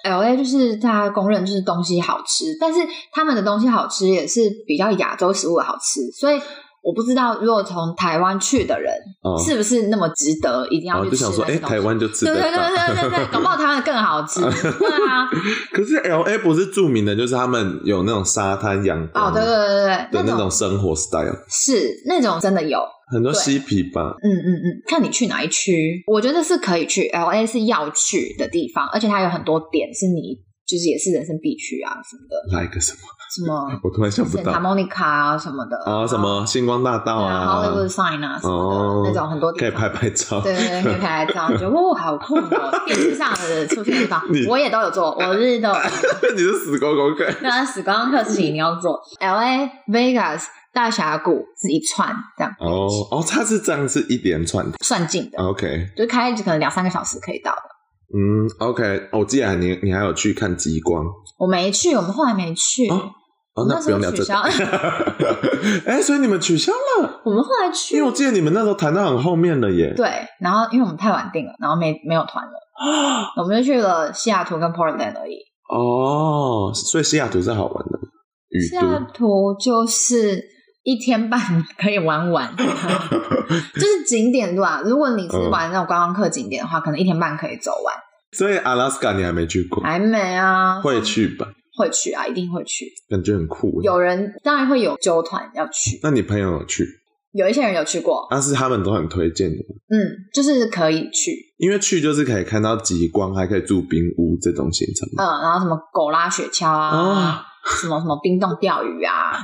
S2: L A 就是大家公认就是东西好吃，但是他们的东西好吃也是比较亚洲食物的好吃，所以我不知道如果从台湾去的人，
S1: 哦，
S2: 是不是那么值得一定
S1: 然
S2: 要
S1: 后就
S2: 去吃
S1: 想说，
S2: 那些东西？
S1: 哎，台湾就吃
S2: 对
S1: 得
S2: 对对
S1: 到。
S2: 对对对，搞不好台湾的更好
S1: [LAUGHS]
S2: 吃。对啊，
S1: 可是 L A 不是著名的，就是他们有那种沙滩阳光
S2: 哦，对对对对，
S1: 的那
S2: 种
S1: 种生活 style，
S2: 是那种真的有，
S1: 很多
S2: 对
S1: 嬉皮吧。
S2: 嗯嗯嗯，看你去哪一区，我觉得是可以去，L A 是要去的地方，而且它有很多点是你就是也是人生必去啊什么的，
S1: 来个什么？
S2: 什么
S1: 我突然 [LAUGHS] 想不
S2: Santa
S1: 到
S2: Monica 啊什么的
S1: 啊！什么星光大道
S2: 对啊
S1: 啊，
S2: ，Hollywood Sign 啊什
S1: 哦
S2: 么的，那种很多
S1: 可以
S2: 地
S1: 拍
S2: 方。
S1: 拍照。
S2: 对对对，可以拍照，觉得哇，好酷哦！电视上的出现的地方
S1: [LAUGHS] 你，
S2: 我也都有做，我日日都有
S1: [LAUGHS]
S2: 做。
S1: 你是死狗狗看。
S2: 那死光客事情一定要做。L A Vegas 大峡谷是一串这样
S1: 哦哦，它是这样是一连串的。啊
S2: 算近的，
S1: OK，
S2: 就是开可能两三个小时可以到的。
S1: 嗯，OK，哦我记得你你还有去看极光
S2: 我没去，我们后来没去，
S1: 哦哦
S2: 我，
S1: 那
S2: 们那
S1: 不
S2: 时
S1: 用
S2: 候
S1: 聊
S2: 取
S1: 这
S2: 消
S1: 个。。 [LAUGHS] 哎，所以你们取消了，
S2: 我们后来
S1: 因
S2: 去
S1: 为我记得你们那时候谈到很后面了耶。
S2: 对，然后因为我们太晚订了，然后没没有
S1: [GASPS]
S2: 团了，我们就去了西雅图跟 Portland 而已。
S1: 哦，所以西雅图是好玩的，雨
S2: 西雅
S1: 都。
S2: 图就是。一天半可以
S1: [LAUGHS]
S2: 玩完，就是景点对吧？如果你是
S1: 嗯
S2: 玩那种观光客景点的话，可能一天半可以走完。
S1: 所以阿拉斯加你还没去过，
S2: 还没啊，
S1: 会去吧？
S2: 会去啊，一定会去。
S1: 感觉很酷。
S2: 有人当然会有纠团要去，
S1: 那你朋友有去？
S2: 有一些人有去过，
S1: 但、是他们都很推荐的，
S2: 嗯，就是可以去，
S1: 因为去就是可以看到极光，还可以住冰屋这种行程。
S2: 嗯，然后什么狗拉雪橇啊，
S1: 啊
S2: 什么什么冰冻钓
S1: [LAUGHS]
S2: 鱼啊，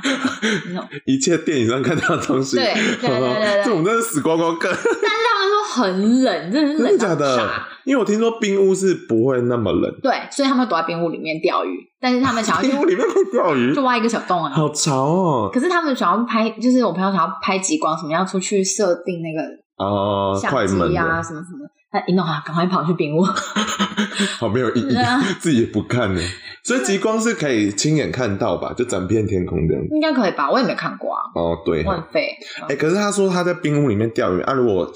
S2: 那种
S1: 一切电影上看到的东西，
S2: 对对对对对
S1: [LAUGHS] 这我们真的死光光更，
S2: 他们说很冷，真的是
S1: [LAUGHS] 真的
S2: 冷
S1: 假
S2: 到
S1: 的
S2: 傻。？
S1: 因为我听说冰屋是不会那么冷，
S2: 对，所以他们躲在冰屋里面钓鱼，但是他们想要
S1: [LAUGHS]
S2: 去
S1: 冰屋里面可以钓鱼
S2: 就，挖一个小洞啊。
S1: 好潮哦！
S2: 可是他们想要拍，就是我朋友想要拍极光，什么要出去设定那个
S1: 啊，快
S2: 相
S1: 门
S2: 机
S1: 了
S2: 啊，，什么什么的，他一弄啊，赶快跑去冰屋。 [LAUGHS]
S1: 好没有意义
S2: 对啊，
S1: 自己也不看呢。所以极光是可以亲眼看到吧？就整片天空这样。
S2: 应该可以吧？我也没看过啊，
S1: 哦，对
S2: 我
S1: 哈，
S2: 很废。嗯
S1: 哎、可是他说他在冰屋里面钓鱼啊，如果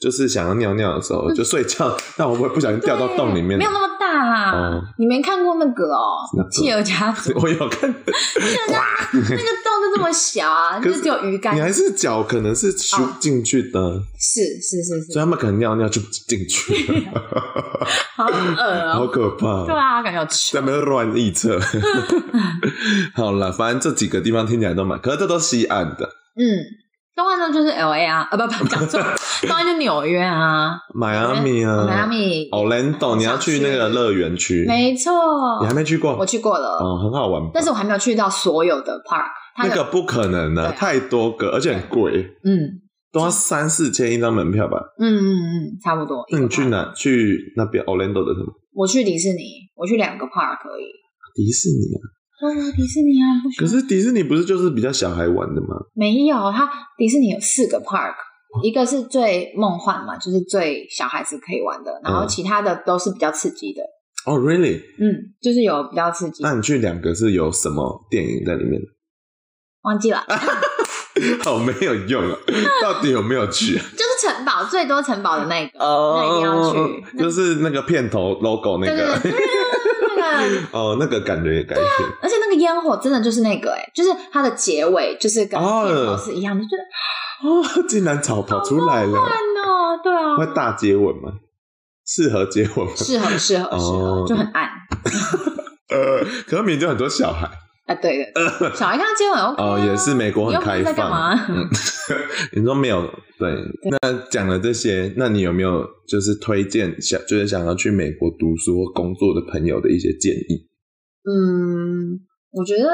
S1: 就是想要尿尿的时候就睡觉， [LAUGHS] 那我会不小心掉到洞里面
S2: 嗯对没。有那么大啦。
S1: 哦
S2: 你没看过那个哦
S1: 哪个，
S2: 企鹅
S1: [LAUGHS]
S2: 家族
S1: 我有看，
S2: 那个洞就这么小啊，
S1: 可
S2: 就是只有鱼竿
S1: 你。还是脚可能是修
S2: 哦
S1: 进去的，
S2: 是是是
S1: 所以
S2: 是，
S1: 他们可能尿尿就进去了，
S2: [LAUGHS] 好恶
S1: 好
S2: 哦。
S1: 可怕。
S2: 对啊，感觉有吃
S1: 在。那边乱臆
S2: [LAUGHS]
S1: 测。好了，反正这几个地方听起来都蛮，可是这都西岸的。
S2: 嗯，东岸呢就是 L A 啊，呃
S1: [LAUGHS]
S2: 不不，讲错，东岸就纽约啊，
S1: 迈阿密啊，
S2: 迈阿、密，
S1: Orlando，你要去那个乐园区，
S2: 没错
S1: 你，还没去过？
S2: 我去过了，
S1: 哦，很好玩吧。
S2: 但是我还没有去到所有的 park。它
S1: 那
S2: 有
S1: 个不可能的、
S2: 对啊
S1: 太多个，而且很贵，
S2: 嗯
S1: 都要三四千一张门票吧？
S2: 嗯嗯嗯，差不多。
S1: 那你去
S2: 一个 park？
S1: 哪？去那边 Orlando 的什么
S2: 我去迪士尼，我去两个 park 而已。
S1: 迪士尼啊？
S2: 啊，迪士尼啊，不行
S1: 可是迪士尼不是就是比较小孩玩的吗？
S2: 没有，它迪士尼有四个 park，一
S1: 嗯
S2: 个是最梦幻嘛，就是最小孩子可以玩的，然后
S1: 嗯
S2: 其他的都是比较刺激的，
S1: 哦、r e a l l y
S2: 嗯，就是有比较刺激，
S1: 那你去两个是有什么电影在里面？
S2: 忘记了，
S1: [LAUGHS] 啊好没有用啊！ [LAUGHS] 到底有没有去啊？
S2: 就是城堡最多城堡的那
S1: [LAUGHS]
S2: 个，
S1: 哦
S2: 那一定要去
S1: 就是那个片头 logo 那
S2: 对对
S1: 个，
S2: 对，对对那个，
S1: [LAUGHS] 哦，那个感觉也改变。
S2: 而且那个烟火真的就是那个、欸，哎，就是它的结尾就是跟
S1: 哦
S2: 片头是一样的，就觉得
S1: 哦，竟然草跑出来
S2: 看
S1: 了，
S2: 哦，对啊，
S1: 会大接吻吗？适合接吻吗？
S2: 适合适合适
S1: 哦
S2: 合，就很暗
S1: 呃，可是明明就很多小孩。
S2: 啊，对的，
S1: [LAUGHS]
S2: 对小孩看到接吻 OK，啊
S1: 哦，也是美国
S2: 你又
S1: 很
S2: 不
S1: 开
S2: 是在干
S1: 放。
S2: 嘛？
S1: 嗯， [LAUGHS] 你说没有对？那讲了这些，那你有没有就是推荐想就是想要去美国读书或工作的朋友的一些建议？
S2: 嗯，我觉得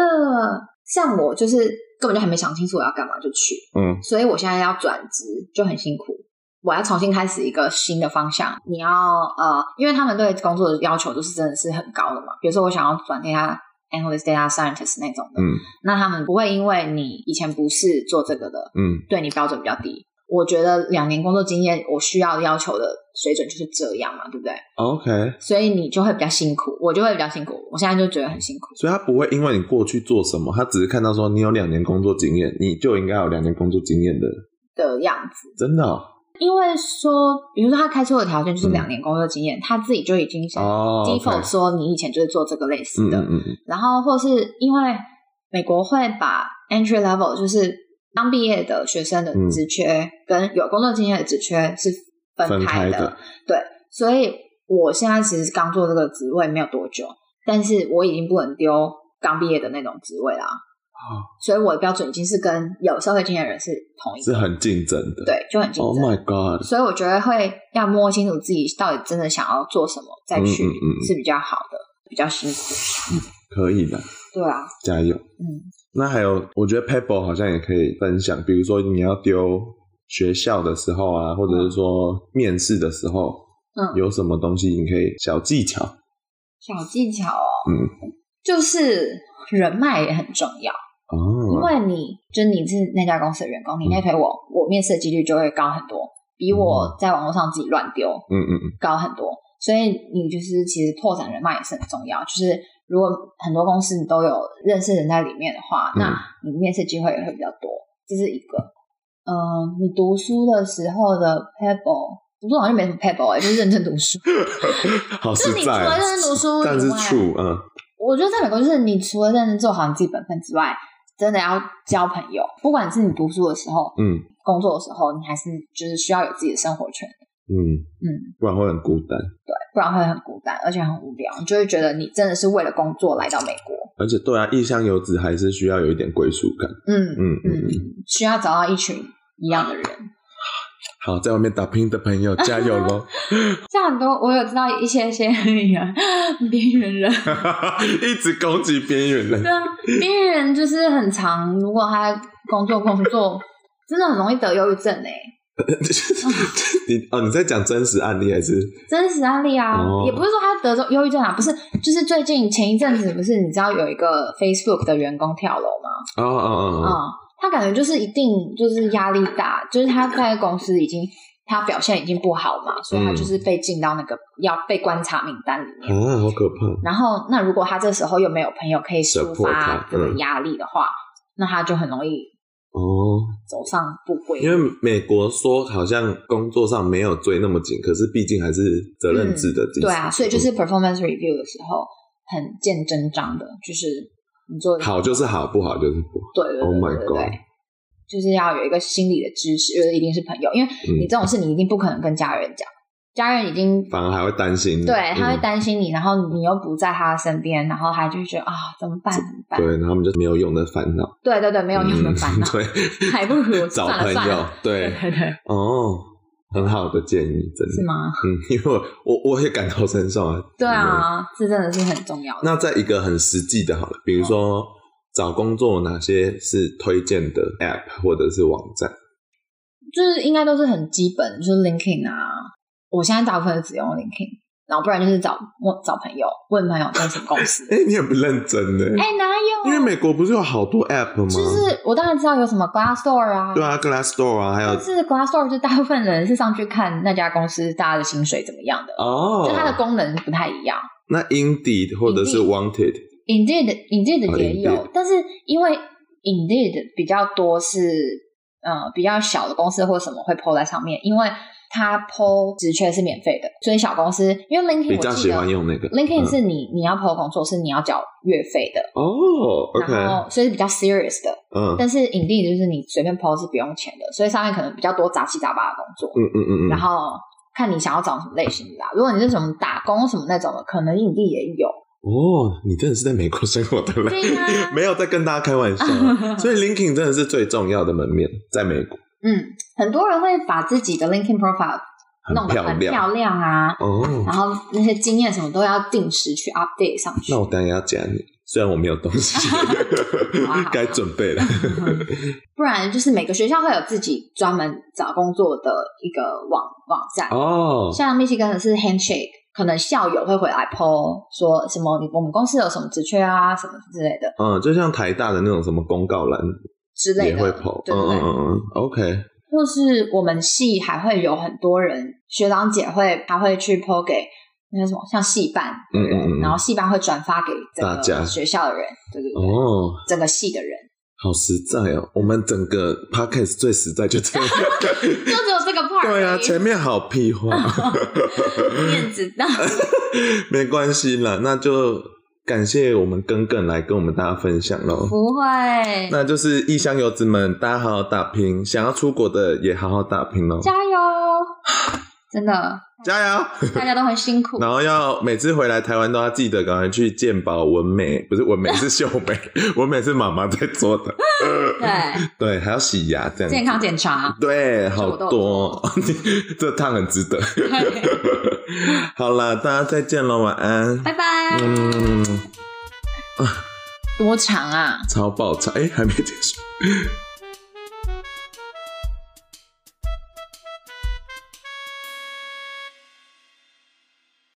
S2: 像我就是根本就还没想清楚我要干嘛就去，
S1: 嗯，
S2: 所以我现在要转职就很辛苦，我要重新开始一个新的方向。你要呃，因为他们对工作的要求就是真的是很高的嘛，比如说我想要转 data analyst、data scientist 那种的，
S1: 嗯
S2: 那他们不会因为你以前不是做这个的，
S1: 嗯
S2: 对你标准比较低。我觉得两年工作经验，我需要要求的水准就是这样嘛，对不对？
S1: ，OK。
S2: 所以你就会比较辛苦，我就会比较辛苦。我现在就觉得很辛苦。
S1: 所以他不会因为你过去做什么，他只是看到说你有两年工作经验，你就应该有两年工作经验的，
S2: 的样子。
S1: 真的哦。
S2: 因为说，比如说他开出的条件就是两年工作经验，他自己就已经想
S1: 嗯哦
S2: default
S1: ，OK
S2: 说你以前就是做这个类似
S1: 嗯
S2: 的，
S1: 嗯嗯嗯，
S2: 然后或是因为美国会把 entry level 就是刚毕业的学生的
S1: 嗯
S2: 职缺跟有工作经验的职缺是
S1: 分
S2: 分
S1: 开
S2: 开
S1: 的
S2: 对，所以我现在其实刚做这个职位没有多久，但是我已经不能丢刚毕业的那种职位啦。
S1: 哦
S2: 所以我的标准已经是跟有社会经验的人是同一个
S1: 是很竞争的。
S2: 对，就很竞
S1: ，Oh
S2: 争。
S1: my God，
S2: 所以我觉得会要摸清楚自己到底真的想要做什么，再
S1: 嗯
S2: 去
S1: 嗯嗯嗯
S2: 是比较好的，比较辛苦。
S1: 可以的，
S2: 对啊，
S1: 加油。
S2: 嗯，
S1: 那还有，我觉得 Pebble 好像也可以分享，比如说你要丢学校的时候啊，或者是说面试的时候，
S2: 嗯
S1: 有什么东西你可以小技巧，
S2: 小技巧哦，
S1: 嗯，
S2: 就是人脉也很重要，因
S1: 哦，
S2: 为你就是你是那家公司的员工，你
S1: 嗯
S2: 内推我，我面试的几率就会高很多，比我在网络上自己乱丢
S1: 嗯嗯嗯，
S2: 高很多。所以你就是其实拓展人脉也是很重要，就是如果很多公司你都有认识人在里面的话，
S1: 嗯
S2: 那你面试机会也会比较多，这是一个。嗯、你读书的时候的 pebble，读书好像没什么 pebble，、欸、就是认真
S1: [LAUGHS]
S2: 读书。
S1: 好实
S2: 就是你除
S1: 在啊
S2: 了认真读书以外
S1: 但是处，嗯，
S2: 我觉得在美国就是你除了认真做好你自己本分之外，真的要交朋友，不管是你读书的时候、
S1: 嗯
S2: 工作的时候，你还是就是需要有自己的生活圈，
S1: 嗯
S2: 嗯，
S1: 不然会很孤单，
S2: 不然会很孤单，而且很无聊，你就会觉得你真的是为了工作来到美国。
S1: 而且对啊，异乡游子还是需要有一点归属感，
S2: 嗯
S1: 嗯嗯
S2: 嗯，需要找到一群一样的人。
S1: 好，在外面打拼的朋友加油
S2: [LAUGHS]
S1: 喽！
S2: 像很多我有知道一些些人 [LAUGHS] 边缘人，
S1: 一直攻击边缘
S2: 对
S1: 人，
S2: 啊，边缘人就是很长，如果他工作工作，真的很容易得忧郁症哎、
S1: 你哦，你在讲真实案例还是？
S2: 真实案例啊，
S1: 哦
S2: 也不是说他得忧郁症啊，不是，就是最近前一阵子不是你知道有一个 Facebook 的员工跳楼吗？
S1: 哦
S2: 嗯，
S1: 哦
S2: 他感觉就是一定就是压力大，就是他在公司已经他表现已经不好嘛，所以他
S1: 嗯
S2: 就是被进到那个要被观察名单里面。
S1: 哦哦，啊，好可怕！
S2: 然后，那如果他这时候又没有朋友可以抒
S1: Support
S2: 发
S1: 他
S2: 这个
S1: 嗯
S2: 压力的话，那他就很容易
S1: 哦，
S2: 走上不归路。
S1: 因为美国说好像工作上没有追那么紧，可是毕竟还是责任制的精神、
S2: 对啊，所以就是
S1: 嗯
S2: performance review 的时候很见真章的，就是你做
S1: 好就是好，不好就是不好。
S2: 对对对
S1: Oh
S2: 对
S1: my
S2: 对对
S1: God
S2: 对就是要有一个心理的知识，就是一定是朋友，因为
S1: 嗯
S2: 你这种事你一定不可能跟家人讲，家人已经
S1: 反而还会担心，
S2: 对他会
S1: 嗯
S2: 担心你，然后你又不在他身边，然后他就觉得啊怎么办怎么办？
S1: 对，然后他们就没有用的烦恼，
S2: 对对对，没有那么
S1: 嗯，
S2: 烦恼
S1: [LAUGHS] 对，
S2: [LAUGHS] 还不如
S1: 找
S2: 算了
S1: 朋
S2: 算
S1: 友
S2: 了，，
S1: 对
S2: 对， [LAUGHS] 对对，
S1: 哦，很好的建议，真
S2: 是
S1: 的，
S2: 吗？
S1: 嗯， [LAUGHS] 因为我我我也感同身受啊，
S2: 对啊，这真的是很重要
S1: 嗯。
S2: 的。
S1: 那在一个很实际的，好了，比如说、找工作哪些是推荐的 App 或者是网站？。
S2: 就是应该都是很基本，就是 LinkedIn 啊。我现在大部分只用 LinkedIn，然后不然就是找问找朋友，问朋友在什么公司
S1: 哎、你很不认真呢、
S2: 哎、哪有？
S1: 因为美国不是有好多 App 吗？
S2: 就是我当然知道有什么 Glassdoor 啊，
S1: 对啊，Glassdoor 啊，还有
S2: 但是 Glassdoor 就大部分人是上去看那家公司大家的薪水怎么样的，
S1: 哦，
S2: 就它的功能不太一样。
S1: 那 Indeed 或者是
S2: Indeed
S1: Wanted，
S2: Indeed Indeed
S1: 哦
S2: 也有，
S1: Indeed
S2: 但是因为 Indeed 比较多是呃比较小的公司或什么会 PO 在上面，因为它 PO 职缺是免费的，所以小公司因为 LinkedIn
S1: 比较
S2: 我记
S1: 喜
S2: 得
S1: 欢用那个嗯
S2: LinkedIn 是你、你要 PO 工作是你要缴月费的，
S1: 哦，OK，
S2: 然后所以是比较 serious 的，
S1: 嗯
S2: 但是 Indeed 就是你随便 PO 是不用钱的，所以上面可能比较多杂七杂八的工作，
S1: 嗯嗯嗯嗯，
S2: 然后看你想要找什么类型的、啊，如果你是什么打工什么那种的，可能 Indeed 也有。
S1: 哦，你真的是在美国生活的人，
S2: 对啊呀
S1: [LAUGHS] 没有在跟大家开玩笑啊，
S2: [LAUGHS]
S1: 所以 LinkedIn 真的是最重要的门面，在美国
S2: 嗯，很多人会把自己的 LinkedIn profile 弄得
S1: 漂
S2: 很
S1: 亮
S2: 漂亮啊，
S1: 哦。
S2: 然后那些经验什么都要定时去 update 上去
S1: 那。我当然要加你，虽然我没有东西
S2: [LAUGHS] 好
S1: [LAUGHS]
S2: 啊，
S1: 该准备了。
S2: 不然就是每个学校会有自己专门找工作的一个网网站，
S1: 哦，
S2: 像密西根的是 Handshake，可能校友会回来 po 说什么你我们公司有什么职缺啊什么之类的
S1: 嗯，就像台大的那种什么公告栏
S2: 之类
S1: 也
S2: 的，
S1: 会跑，
S2: 对
S1: 嗯
S2: 对
S1: 嗯
S2: 对。
S1: 嗯嗯，OK，
S2: 或是我们系还会有很多人学长姐会，他会去 PO 给那个什么，像系办的
S1: 嗯
S2: 人，
S1: 嗯嗯嗯
S2: 然后系办会转发给整
S1: 大家
S2: 个学校的人，对对对，
S1: 哦，
S2: 整个系的人，
S1: 好实在哦！我们整个 podcast 最实在就这
S2: [LAUGHS]
S1: 样。
S2: 就只有这个 part
S1: 对啊，
S2: 而已
S1: 前面好屁话，
S2: 面子大，
S1: [LAUGHS] 没关系啦，那就感谢我们耿耿来跟我们大家分享喽。
S2: 不会，
S1: [LAUGHS] 那就是异乡游子们，大家好好打拼，想要出国的也好好打拼喽，
S2: 加油，真的，
S1: 加油！
S2: 大家都很
S1: [LAUGHS]
S2: 辛苦，
S1: 然后要每次回来台湾都要记得赶快去健保文美，不是文美是秀
S2: [LAUGHS]
S1: 美，文美是妈妈在做的，
S2: 对，
S1: 对，还要洗牙这样子
S2: 健康检
S1: [LAUGHS]
S2: 查，
S1: 对，
S2: 这
S1: 好
S2: 我都有
S1: 多， [LAUGHS] 这趟很 [LAUGHS] 值得。好啦，大家再见喽，晚安。
S2: 拜拜，
S1: 嗯，
S2: 多长啊？啊
S1: 超爆炸，哎、还没结束。